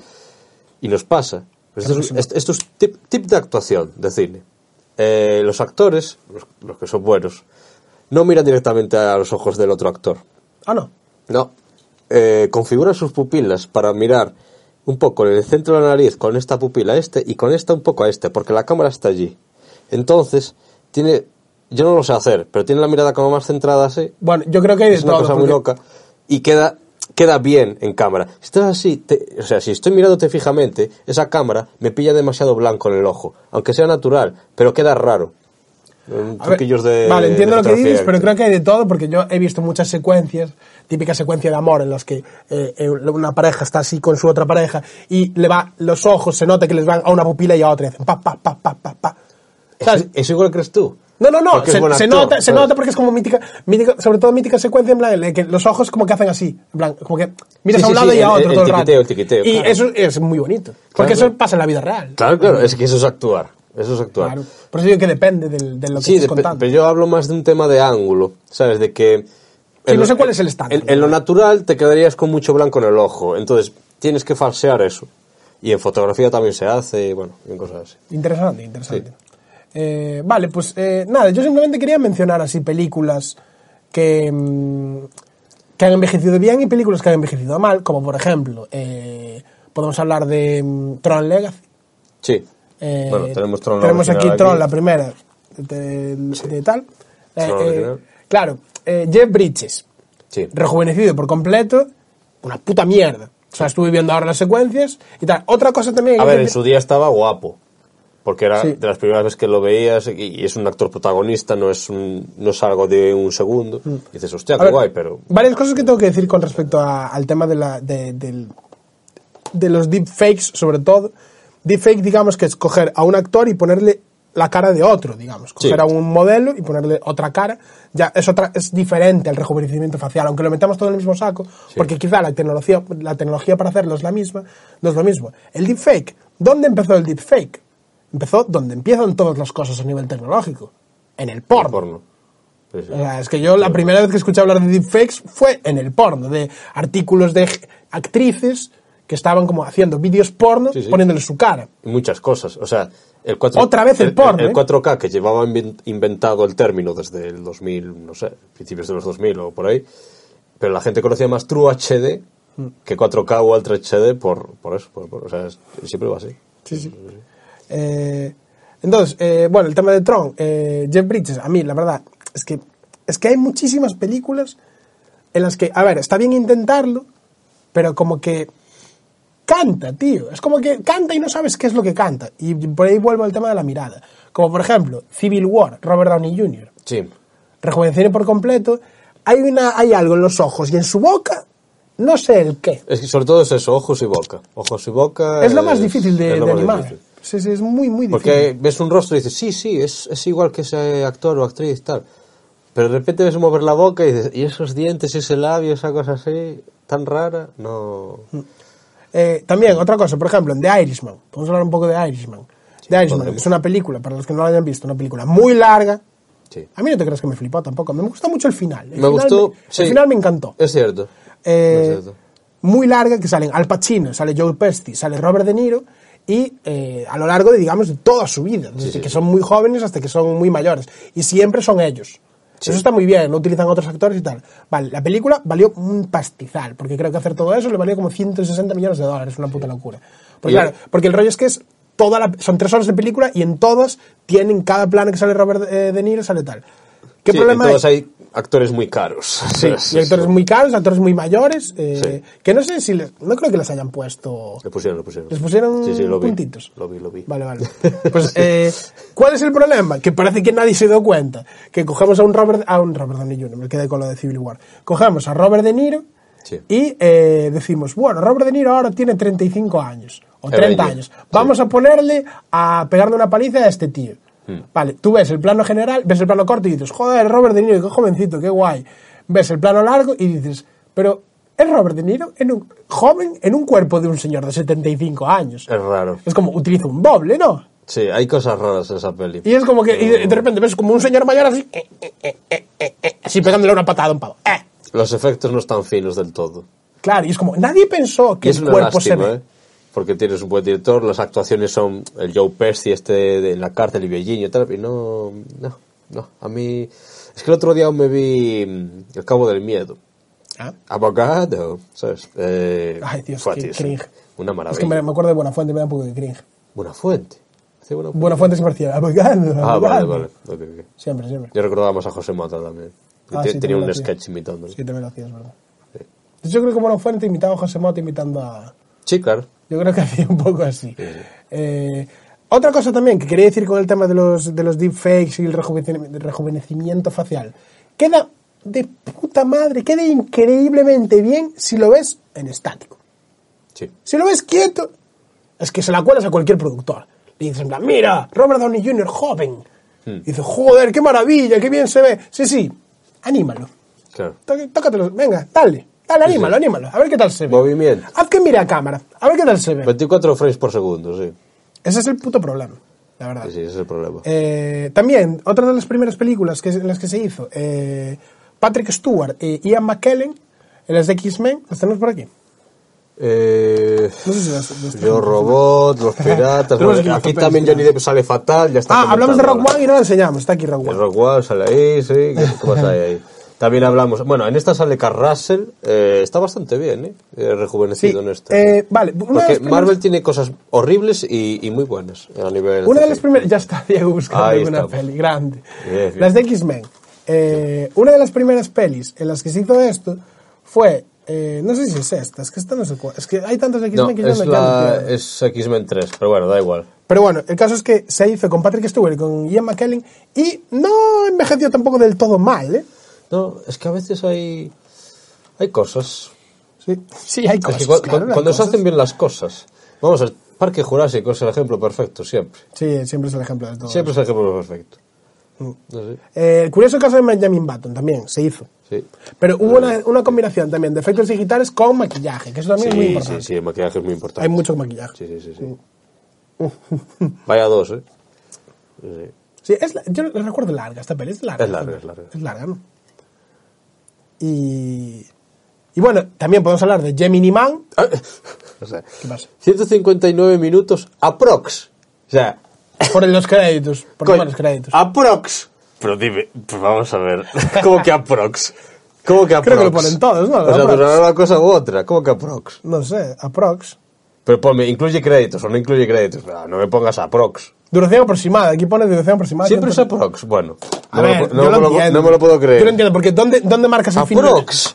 C: Y nos pasa. Pues esto,
B: Claro
C: es,
B: que sí.
C: esto- esto es tip, tip de actuación de cine. Eh, los actores, los, los que son buenos, no miran directamente a los ojos del otro actor.
B: Ah, no.
C: No. Eh, configuran sus pupilas para mirar un poco en el centro de la nariz con esta pupila a este y con esta un poco a este, porque la cámara está allí. Entonces, tiene. Yo no lo sé hacer, pero tiene la mirada como más centrada así.
B: Bueno, yo creo que hay de
C: Es una
B: todo,
C: cosa muy
B: porque-
C: loca. Y queda, queda bien en cámara. Si estás así, te- o sea, si estoy mirándote fijamente, esa cámara me pilla demasiado blanco en el ojo. Aunque sea natural, pero queda raro. Eh,
B: A ver,
C: Truquillos de.
B: Vale,
C: de
B: entiendo lo que
C: fotografía
B: dices, pero creo que hay de todo, porque yo he visto muchas secuencias, típica secuencia de amor, en las que eh, eh, una pareja está así con su otra pareja y le va los ojos, se nota que les van a una pupila y a otra, y hacen pa, pa, pa, pa, pa, pa. ¿Sabes?
C: ¿Eso, eso igual crees tú.
B: No, no, no,
C: Porque es
B: se,
C: buen
B: se
C: actor,
B: nota, se
C: ¿sabes?
B: nota porque es como mítica, mítica, sobre todo mítica secuencia en plan, en la que los ojos como que hacen así, en plan, como que miras
C: Sí,
B: a un
C: sí,
B: lado
C: sí,
B: y a
C: el-
B: otro
C: el
B: todo el
C: tiquiteo,
B: rato.
C: el tiquiteo,
B: y
C: claro.
B: eso es muy bonito, porque
C: Claro.
B: eso pasa en la vida real.
C: Claro, claro, es que eso es actuar. Eso es actuar.
B: Claro. Por eso digo que depende del- de, lo que
C: Sí,
B: estés
C: de- pe-
B: contando.
C: pero yo hablo más de un tema de ángulo, ¿sabes? De
B: Sí,
C: que. en
B: no
C: lo-
B: sé cuál es el estándar.
C: En, en lo natural te quedarías con mucho blanco en el ojo, entonces tienes que falsear eso. Y en fotografía también se hace, y bueno, y en cosas así.
B: Interesante, interesante. Eh, vale, pues eh, nada, yo simplemente quería mencionar así películas que, mm, que han envejecido bien y películas que han envejecido mal, como por ejemplo, eh, podemos hablar de mm, Tron Legacy.
C: Sí.
B: eh,
C: bueno, tenemos Tron la
B: tenemos aquí
C: original
B: Tron, la primera de, de- de tal. Eh,
C: Tron
B: eh,
C: original.
B: claro, eh, Jeff Bridges,
C: Sí.
B: rejuvenecido por completo, una puta mierda. O sea, estuve viendo ahora las secuencias y tal. Otra cosa también...
C: A
B: que
C: ver,
B: Jeff
C: en
B: Bridges-
C: su día estaba guapo. Porque era
B: Sí.
C: de las primeras veces que lo veías y, y es un actor protagonista, no es, un, no es algo de un segundo. Y dices, hostia,
B: Mm. A
C: qué
B: ver,
C: guay, pero.
B: Varias cosas que tengo que decir con respecto a- al tema de, la, de, del- de los deepfakes, sobre todo. Deepfake, digamos, que es coger a un actor y ponerle la cara de otro, digamos. Coger a un modelo y ponerle otra cara. Ya es, otra, es diferente al rejuvenecimiento facial, aunque lo metamos todo en el mismo saco, porque quizá la tecnología, la tecnología para hacerlo es la misma, no es lo mismo. El deepfake, ¿dónde empezó el deepfake? Empezó donde empiezan todas las cosas a nivel tecnológico, en el porno.
C: porno. Sí, sí.
B: O sea, es que yo la primera vez que escuché hablar de deepfakes fue en el porno, de artículos de g- actrices que estaban como haciendo vídeos porno
C: Sí, sí.
B: poniéndole su cara.
C: y muchas cosas. O sea, el 4,
B: Otra vez el porno,
C: El,
B: ¿eh?
C: 4K que llevaba inven- inventado el término desde el 2000, no sé, principios de los 2000 o por ahí. Pero la gente conocía más True HD
B: Mm.
C: que 4K o Ultra HD por, por eso. por- por- o sea, es- siempre va así.
B: Eh, entonces, eh, bueno, el tema de Tron, eh, Jeff Bridges, a mí la verdad es que, es que hay muchísimas películas en las que, a ver, está bien intentarlo, pero como que canta, tío. Es como que canta y no sabes qué es lo que canta. Y por ahí vuelvo al tema de la mirada. Como por ejemplo, Civil War, Robert Downey Jr.
C: Sí.
B: rejuvenecido por completo, hay, una, hay algo en los ojos y en su boca, no sé el qué.
C: Es que sobre todo es eso, ojos y boca. Ojos y boca.
B: Es lo más difícil de,
C: es lo
B: de
C: más
B: animar.
C: difícil.
B: Sí, sí, es muy, muy difícil.
C: Porque ves un rostro y dices, sí, sí, es, es igual que ese actor o actriz, tal. Pero de repente ves mover la boca y dices, y esos dientes, ese labio, esa cosa así, tan rara, no.
B: Mm. Eh, también, otra cosa, por ejemplo, en The Irishman. Vamos a hablar un poco de Irishman. The Irishman
C: podemos.
B: es una película, para los que no la hayan visto, una película muy larga.
C: Sí.
B: A mí no te creas que me flipó tampoco. Me gustó mucho el final. El
C: Me
B: final
C: gustó.
B: me-
C: sí.
B: El final me encantó.
C: Es cierto.
B: Eh,
C: Es cierto.
B: muy larga que salen Al Pacino, sale Joe Pesci, sale Robert De Niro y eh, a lo largo de, digamos, de toda su vida, desde
C: sí,
B: que
C: sí.
B: son muy jóvenes hasta que son muy mayores. Y siempre son ellos. Eso está muy bien, no utilizan otros actores y tal. Vale, la película valió un pastizal, porque creo que hacer todo eso le valió como 160 millones de dólares, una puta locura. Porque,
C: Y-
B: claro, porque el rollo es que es toda la- son tres horas de película y en todas tienen cada plano que sale Robert eh, De Niro, sale tal. ¿Qué
C: Sí,
B: problema
C: en
B: hay?
C: todas hay actores muy caros.
B: Sí, y actores muy caros, actores muy mayores, eh,
C: Sí.
B: que no sé si les, no creo que les hayan puesto.
C: Le pusieron, le pusieron.
B: Les pusieron
C: Sí, sí, lo vi.
B: puntitos.
C: Lo vi, lo vi.
B: Vale, vale. Pues, eh, ¿cuál es el problema? Que parece que nadie se dio cuenta. Que cogemos a un Robert, a un Robert Downey Jr., me quedé con lo de Civil War. Cogemos a Robert De Niro
C: Sí.
B: y eh, decimos, bueno, Robert De Niro ahora tiene 35 años, o
C: Era
B: 30
C: yo.
B: años. Vamos a ponerle a pegarle una paliza a este tío.
C: Hmm.
B: Vale, tú ves el plano general, ves el plano corto y dices, joder, Robert De Niro, qué jovencito, qué guay. Ves el plano largo y dices, pero es Robert De Niro en un joven en un cuerpo de un señor de 75 años.
C: Es raro.
B: Es como, utiliza un doble, ¿no?
C: Sí, hay cosas raras en esa peli.
B: Y es como que y de, de repente ves como un señor mayor así, eh, eh, eh, eh, eh, eh, así pegándole una patada a un pavo. Eh.
C: Los efectos no están finos del todo.
B: Claro, y es como, nadie pensó que
C: Y es
B: el
C: una
B: cuerpo se
C: lástima,
B: ve.
C: ¿eh? Porque tienes un buen director, las actuaciones son el Joe Pesci este de en la cárcel y Bellini y tal, y no, no, no, a mí... Es que el otro día me vi mm, El Cabo del Miedo.
B: Ah.
C: Abogado, ¿sabes? Eh,
B: Ay, Dios,
C: fue a
B: qué
C: ti, sí.
B: cringe.
C: Una
B: Es
C: maravilla.
B: que me, me acuerdo de Buenafuente, me da un poco de cringe.
C: Buena fuente. Sí, buena fuente.
B: Buenafuente siempre hacía, abogado,
C: Ah, vale,
B: abogado".
C: vale. ok, ok.
B: Siempre, siempre.
C: Yo recordaba más a José Mata también. que
B: Ah,
C: te-
B: sí,
C: tenía
B: también lo
C: un
B: hacía.
C: sketch imitándolo.
B: Sí, también lo hacías, ¿verdad?
C: Sí.
B: Yo creo que Buenafuente imitaba a José Mota imitando a...
C: Sí, claro.
B: Yo creo que hacía un poco así. Eh, otra cosa también que quería decir con el tema de los, de los deepfakes y el rejuvecin- rejuvenecimiento facial. Queda de puta madre, queda increíblemente bien si lo ves en estático.
C: Sí.
B: Si lo ves quieto, es que se la cuelas a cualquier productor. Le dices, en plan, mira, Robert Downey Jr., joven.
C: Hmm.
B: Y dices, joder, qué maravilla, qué bien se ve. Sí, sí, anímalo.
C: Claro.
B: Tó- Tócatelo, venga, dale, dale, anímalo, anímalo. A ver qué tal se ve.
C: Movimiento.
B: Haz que mire a cámara, a ver qué tal se ve.
C: 24 frames por segundo, sí.
B: Ese es el puto problema, la verdad.
C: Sí, sí, ese es el problema.
B: Eh, también, otra de las primeras películas que, en las que se hizo, eh, Patrick Stewart e Ian McKellen, en las de X-Men, las tenemos por aquí.
C: Eh,
B: No sé si las- las
C: Yo
B: tenemos.
C: Robot, Los Piratas...
B: Tenemos
C: bueno,
B: que
C: aquí
B: hacer
C: también
B: pelis,
C: Johnny Depp sale fatal, ya está.
B: Ah, hablamos de Rock
C: comentando
B: One y no la enseñamos, está aquí Rock
C: ahora.
B: One.
C: El Rock One sale ahí, sí. ¿Qué, qué más hay ahí? También hablamos... Bueno, en esta sale Carl Russell. eh, está bastante bien, ¿eh? Eh,
B: Sí,
C: Rejuvenecido en esta.
B: eh, vale, una de,
C: Porque
B: las primeras,
C: Marvel tiene cosas horribles y, y muy buenas eh, a nivel...
B: una de las
C: CGI.
B: primeras- ya está Diego buscando
C: Ahí
B: alguna
C: estamos.
B: peli grande.
C: Bien, bien.
B: Las de X-Men. Eh, una de las primeras pelis en las que se hizo esto fue, eh, no sé si es esta, es que esta no sé cuál, es que hay tantas de
C: No,
B: X-Men que yo
C: es,
B: me
C: la,
B: quedo.
C: es X-Men 3, pero bueno, da igual.
B: Pero bueno, el caso es que se hizo con Patrick Stewart y con Ian McKellen y no envejeció tampoco del todo mal, ¿eh?
C: No, es que a veces hay... Hay cosas...
B: Sí, sí hay
C: Es
B: cosas.
C: que cua-
B: claro,
C: cua-
B: hay
C: cuando se
B: cosas.
C: hacen bien las cosas. Vamos, el Parque Jurásico es el ejemplo perfecto, siempre.
B: Sí, siempre es el ejemplo del todo.
C: Siempre es el ejemplo perfecto. No sé,
B: Eh, el curioso caso de Benjamin Button también se hizo.
C: sí.
B: Pero hubo una, una combinación también de efectos digitales con maquillaje, que eso también es muy
C: Sí,
B: importante.
C: sí, sí, el maquillaje es muy importante.
B: Hay mucho Mm. maquillaje.
C: Sí, sí, sí. sí. Vaya dos, ¿eh?
B: Sí, es la- yo la recuerdo larga esta peli, es larga.
C: Es larga,
B: esta
C: es
B: peli.
C: larga.
B: Es larga, ¿no? Y, y bueno, también podemos hablar de Gemini Man.
C: O sea,
B: Ah. ¿Qué pasa?
C: 159 minutos aprox. O sea,
B: Por los créditos, por
C: coño,
B: los créditos.
C: aprox. Pero dime, pues vamos a ver. ¿Cómo que aprox? ¿Cómo que aprox?
B: Creo que lo ponen todos, ¿no?
C: O sea,
B: Aprox.
C: pero una cosa u otra. ¿Cómo que aprox?
B: No sé, aprox.
C: Pero ponme, incluye créditos o no incluye créditos. No, no me pongas aprox.
B: Duración aproximada, aquí pone duración aproximada.
C: Siempre es
B: Siempre-
C: aprox. Bueno,
B: A
C: no,
B: ver,
C: me, lo- no
B: yo
C: me
B: lo
C: lo,
B: entiendo.
C: no me lo puedo
B: Yo lo
C: creer.
B: entiendo, porque ¿dónde, dónde marcas el final?
C: aprox.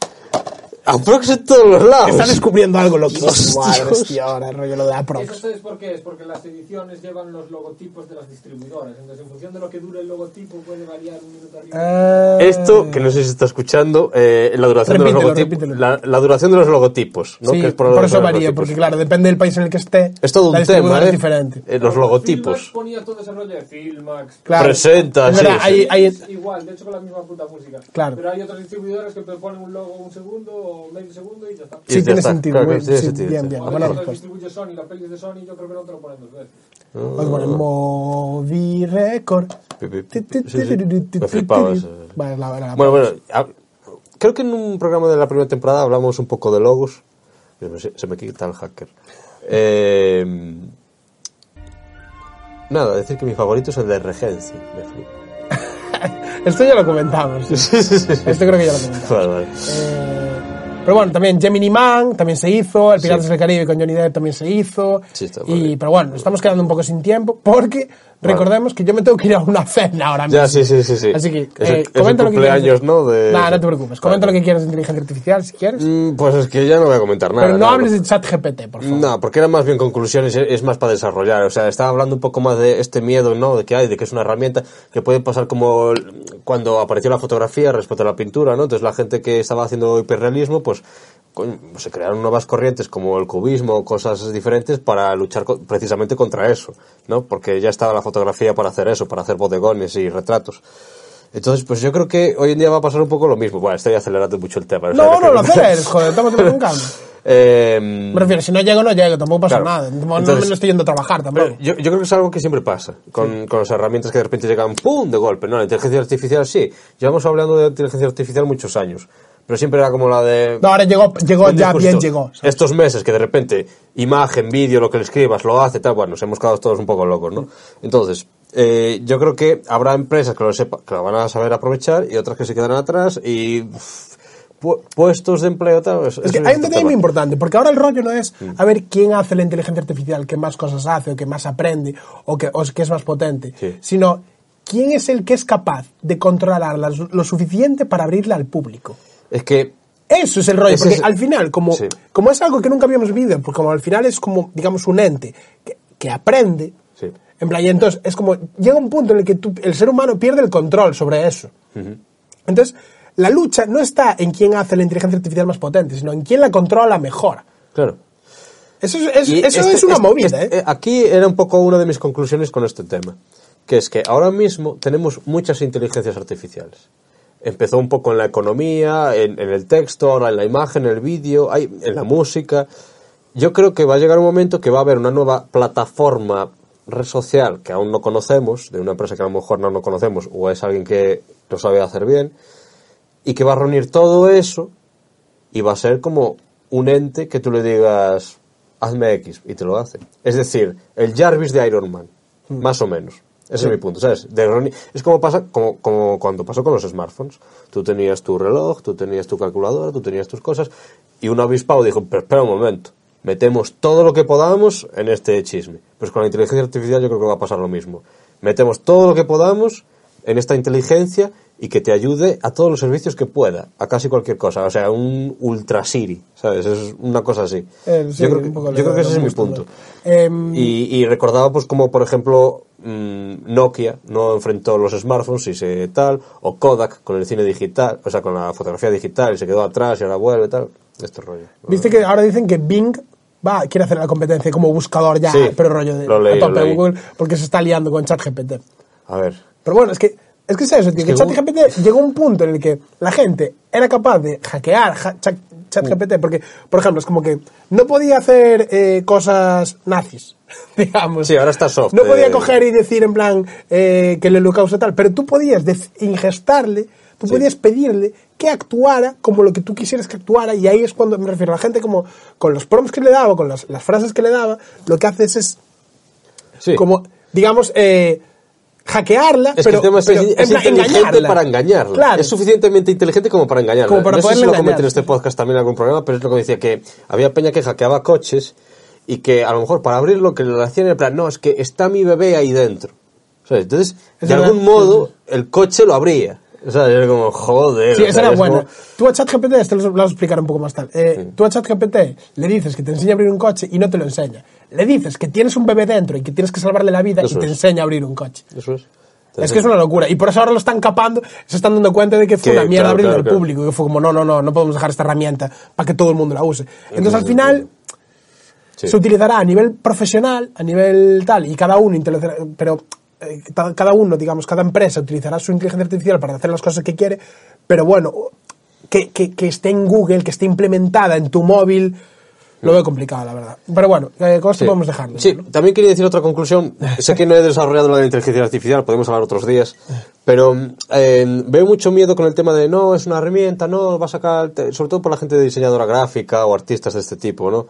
C: Aprox en todos los lados.
B: Está descubriendo algo loquísimo.
C: Dios,
B: Madre,
C: Dios.
B: hostia, ahora el rollo lo de
D: ¿Eso
B: aprox.
D: sabes por qué? Es porque las ediciones llevan los logotipos de las distribuidoras. Entonces, en función de lo que dure el logotipo, puede variar un minuto arriba.
B: Ah,
C: Esto, que no sé si está escuchando, eh, la, duración de los
B: Repítelo,
C: logotipos,
B: repítelo.
C: la, la duración de los logotipos. ¿no?
B: sí,
C: Que es
B: por,
C: la
B: eso
C: duración de los
B: varía,
C: logotipos.
B: porque claro, depende del país en el que esté.
C: Es
B: la
C: todo un
B: distribuidora
C: tema, ¿eh?
B: Es diferente.
C: Eh, los
D: Filmax
C: logotipos.
D: ponía todo ese rollo de Filmax.
B: Claro.
C: Presenta,
B: Es
C: sí,
B: verdad,
C: sí.
B: hay- hay-
D: Es igual, de hecho con la misma puta música.
B: Claro.
D: Pero hay otros distribuidores que te ponen un logo un segundo o medio segundo y ya está.
C: Y
B: sí,
C: ya
B: tiene
C: está,
B: sentido.
C: claro que
B: muy-
C: tiene
B: sí,
C: sentido,
B: bien,
C: sí.
B: bien.
D: Cuando
B: Buena
D: los
B: respuesta.
D: distribuye Sony, la peli es de Sony, yo creo que no te lo ponen dos veces.
B: Vamos con el Movi Record.
C: Pi, pi, pi, pi. Sí, sí. Me flipaba eso.
B: Vale, la- la- la-
C: Bueno, bueno, hab- creo que en un programa de la primera temporada hablamos un poco de logos. Mira, Se, se me quita el hacker. Eh, nada, decir que mi favorito es el de Regency. Me flipa.
B: Esto ya lo comentamos. Esto Este creo que ya lo comentamos.
C: Vale, vale.
B: Eh, pero bueno, también Gemini Man también se hizo, El Piratas del Caribe con Johnny Depp también se hizo.
C: Sí, está
B: y,
C: bien.
B: pero bueno, nos estamos quedando un poco sin tiempo porque Recordemos que yo me tengo que ir a una cena ahora mismo.
C: Ya, sí, sí, sí, sí.
B: Así que,
C: Es el-
B: eh,
C: es el
B: comenta lo que quieras.
C: cumpleaños, ¿no? De-
B: Nah, no te preocupes. Comenta
C: Vale.
B: lo que quieras de inteligencia artificial, si quieres.
C: Mm, Pues es que ya no voy a comentar nada.
B: Pero no
C: nada.
B: hables de chat GPT, por favor.
C: No, porque eran más bien conclusiones, es es más para desarrollar. O sea, estaba hablando un poco más de este miedo, ¿no? De que hay, de que es una herramienta que puede pasar como el- cuando apareció la fotografía respecto a la pintura, ¿no? Entonces la gente que estaba haciendo hiperrealismo, pues coño, se crearon nuevas corrientes como el cubismo o cosas diferentes para luchar co- precisamente contra eso, ¿no? Porque ya estaba la fotografía para hacer eso, para hacer bodegones y retratos. Entonces, pues yo creo que hoy en día va a pasar un poco lo mismo. Bueno, estoy acelerando mucho el tema. o sea,
B: No, no, lo
C: que-
B: haces, joder, tómatelo con calma.
C: Em,
B: Me refiero, si no llego, no llego, tampoco pasa
C: Claro.
B: nada. No,
C: Entonces-
B: no me estoy yendo a trabajar tampoco.
C: Pero yo, yo creo que es algo que siempre pasa con, con las herramientas que de repente llegan ¡pum! de golpe. No, la inteligencia artificial sí. Llevamos hablando de inteligencia artificial muchos años. Pero siempre era como la de.
B: no, ahora llegó, llegó
C: un
B: ya bien,
C: discurso.
B: llegó.
C: Estos meses que de repente imagen, vídeo, lo que le escribas, lo hace, tal, bueno, nos hemos quedado todos un poco locos, ¿no? Entonces, eh, yo creo que habrá empresas que lo, sepa- que lo van a saber aprovechar y otras que se quedarán atrás y. uff, pu- puestos de empleo, tal.
B: Es que hay un detalle muy importante, porque ahora el rollo no es
C: Mm.
B: a ver quién hace la inteligencia artificial, qué más cosas hace, o que más aprende, o que, o que es más potente,
C: Sí.
B: sino quién es el que es capaz de controlarla lo su- lo suficiente para abrirla al público.
C: Es que.
B: Eso es el rollo,
C: Ese
B: porque
C: es-
B: al final, como,
C: Sí.
B: como es algo que nunca habíamos vivido, porque como al final es como, digamos, un ente que, que aprende,
C: Sí.
B: en plan, y entonces es como, llega un punto en el que tú- el ser humano pierde el control sobre eso. Entonces, la lucha no está en quién hace la inteligencia artificial más potente, sino en quién la controla mejor.
C: Claro.
B: Eso es, es-
C: Y
B: eso
C: este-
B: es una
C: este-
B: movida,
C: este-
B: ¿eh?
C: eh, Aquí era un poco una de mis conclusiones con este tema, que es que ahora mismo tenemos muchas inteligencias artificiales. Empezó un poco en la economía, en, en el texto, ahora en la imagen, en el vídeo, hay- en la música. Yo creo que va a llegar un momento que va a haber una nueva plataforma red social que aún no conocemos, de una empresa que a lo mejor no, no conocemos, o es alguien que lo sabe hacer bien, y que va a reunir todo eso y va a ser como un ente que tú le digas hazme X y te lo hace. Es decir, el Jarvis de Iron Man, más o menos. Ese es mi punto, ¿sabes? De reuni- es como pasa como, como cuando pasó con los smartphones. Tú tenías tu reloj, tú tenías tu calculadora, tú tenías tus cosas y un avispado dijo, pero espera un momento, metemos todo lo que podamos en este chisme. Pues con la inteligencia artificial yo creo que va a pasar lo mismo. Metemos todo lo que podamos en esta inteligencia y que te ayude a todos los servicios que pueda, a casi cualquier cosa. O sea, un ultra Siri, ¿sabes? Es una cosa así.
B: Eh, sí,
C: yo creo que,
B: un poco
C: yo creo que
B: lo-
C: ese es
B: lo
C: mi
B: justo.
C: punto.
B: Em,
C: Y, y recordaba, pues, como por ejemplo mm, Nokia no enfrentó los smartphones y se tal, o Kodak con el cine digital, o sea, con la fotografía digital y se quedó atrás y ahora vuelve tal. Este rollo.
B: Viste que ahora dicen que Bing va, quiere hacer la competencia como buscador ya,
C: Sí,
B: pero rollo de
C: lo leí,
B: a tope
C: lo leí.
B: Google, porque se está liando con ChatGPT.
C: A ver.
B: Pero bueno, es que es que es eso, tío, que
C: que
B: ChatGPT llegó a un punto en el que la gente era capaz de hackear ja- Chat-
C: Mm.
B: ChatGPT, porque, por ejemplo, es como que no podía hacer eh, cosas nazis, digamos.
C: Sí, ahora está soft,
B: No podía
C: eh.
B: coger y decir en plan eh, que el holocausto tal, pero tú podías def- ingestarle, tú podías pedirle que actuara como lo que tú quisieras que actuara, y ahí es cuando me refiero a la gente como con los prompts que le daba, con las, las frases que le daba, lo que haces es
C: Sí.
B: como, digamos, eh, hackearla,
C: Es
B: pero,
C: que el tema es,
B: pero
C: es
B: en plan,
C: inteligente
B: engañarla.
C: para engañarla.
B: Claro.
C: Es suficientemente inteligente como para engañarla.
B: Como para
C: no sé si
B: poderla
C: lo comenté
B: engañar.
C: en este podcast también en algún programa, pero es lo que decía que había peña que hackeaba coches y que a lo mejor para abrir lo que le hacían era en plan, no, es que está mi bebé ahí dentro. ¿Sabes? Entonces,
B: Es
C: de
B: verdad.
C: algún modo, el coche lo abría. O sea, era como, joder.
B: Sí,
C: o sea,
B: esa era
C: es
B: buena.
C: como-
B: Tú a ChatGPT, esto lo lo vas a explicar un poco más tarde. Eh, Tú a ChatGPT le dices que te enseña a abrir un coche y no te lo enseña. Le dices que tienes un bebé dentro y que tienes que salvarle la vida
C: Eso
B: y te
C: es.
B: enseña a abrir un coche.
C: Eso es.
B: Es que es una locura. Y por eso ahora lo están capando, se están dando cuenta de que fue
C: Que,
B: una mierda
C: claro,
B: abrirlo
C: claro,
B: al
C: claro.
B: público. Que fue como, no, no, no, no podemos dejar esta herramienta para que todo el mundo la use. Entonces al final
C: Sí.
B: se utilizará a nivel profesional, a nivel tal, y cada uno, inteligencia- pero eh, ta- cada uno, digamos, cada empresa utilizará su inteligencia artificial para hacer las cosas que quiere, pero bueno, que, que- que esté en Google, que esté implementada en tu móvil, lo veo complicado, la verdad. Pero bueno, eh, con esto
C: Sí.
B: podemos dejarlo.
C: Sí,
B: ¿no?
C: también quería decir otra conclusión. Sé que no he desarrollado la de inteligencia artificial, podemos hablar otros días, pero mm, eh, veo mucho miedo con el tema de no, es una herramienta, no, va a sacar, te- sobre todo por la gente de diseñadora gráfica o artistas de este tipo, ¿no?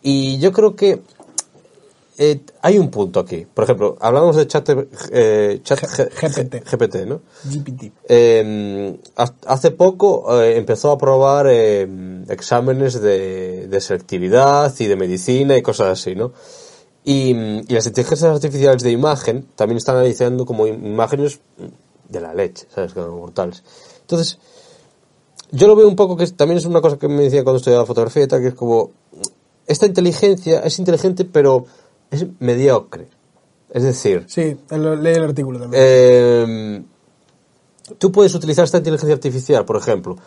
C: Y yo creo que eh, hay un punto aquí. Por ejemplo, hablamos de chat, eh, chat
B: G- GPT.
C: GPT, ¿no?
B: GPT.
C: Eh, ha- hace poco eh, empezó a aprobar eh, exámenes de, de selectividad y de medicina y cosas así, ¿no? Y, mm, y las inteligencias artificiales de imagen también están analizando como im- imágenes de la leche, ¿sabes? Como mortales. Entonces, yo lo veo un poco que es- también es una cosa que me decía cuando estudiaba fotografía y tal, que es como, esta inteligencia es inteligente pero es mediocre. Es decir,
B: Sí, el- leí el artículo también.
C: eh, tú puedes utilizar esta inteligencia artificial, por ejemplo,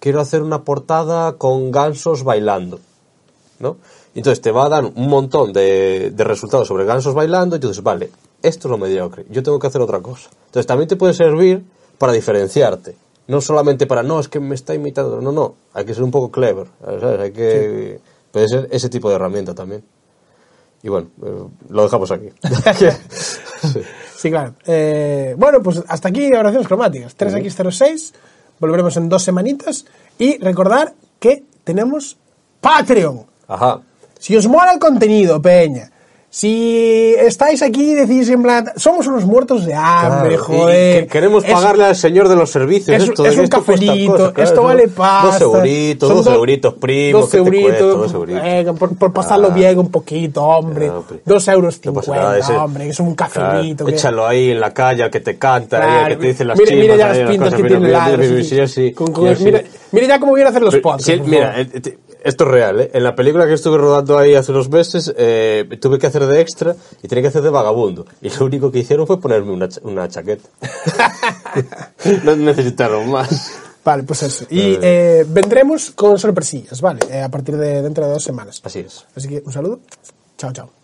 C: quiero hacer una portada con gansos bailando, ¿no? Entonces te va a dar un montón de, de resultados sobre gansos bailando y tú dices, vale, esto es lo mediocre, yo tengo que hacer otra cosa. Entonces también te puede servir para diferenciarte. No solamente para, no, es que me está imitando. No, no, hay que ser un poco clever. ¿sabes? Hay que... Puede ser ese tipo de herramienta también. Y bueno, eh, lo dejamos aquí. Eh, Sí.
B: Sí, claro. Eh, bueno, pues hasta aquí oraciones cromáticas. 3X06. Volveremos en dos semanitas. Y recordar que tenemos Patreon.
C: Ajá.
B: Si os mola el contenido, Peña. Si estáis aquí y decís en plan, somos unos muertos de hambre,
C: Claro, y- y
B: joder.
C: que- queremos
B: Es-
C: pagarle al señor de los servicios.
B: es,
C: esto,
B: es un
C: esto cuesta
B: cafelito,
C: cosas, claro,
B: esto
C: son
B: vale pasta.
C: Dos euritos,
B: son
C: dos
B: do-
C: euritos primos.
B: Dos Eh,
C: que te
B: euritos,
C: cuesta, dos euritos.
B: venga, por, por pasarlo
C: Ah.
B: bien un poquito, hombre.
C: No, hombre.
B: dos euros
C: No pasa
B: cincuenta,
C: nada, ese-
B: hombre, que es un cafelito.
C: Claro,
B: que-
C: Échalo ahí en la calle, que te canta, ahí,
B: Claro,
C: que te dice las
B: mira,
C: chimas.
B: mira ya
C: ahí,
B: las pintas
C: cosas,
B: que
C: mira,
B: tiene el
C: mira,
B: aro,
C: mira,
B: sí, sí.
C: sí, sí,
B: Con-
C: sí,
B: con-
C: sí.
B: mira, mira ya cómo vienen a hacer los
C: Pero,
B: podcasts.
C: sí,
B: por
C: mira,
B: favor.
C: eh, te- esto es real, ¿eh? En la película que estuve rodando ahí hace unos meses, eh, tuve que hacer de extra y tenía que hacer de vagabundo. Y lo único que hicieron fue ponerme una, cha- una chaqueta. no necesitaron más.
B: Vale, pues eso. Y eh, vendremos con sorpresillas, ¿vale? Eh, a partir de dentro de dos semanas.
C: Así es.
B: Así que un saludo. Chao, chao.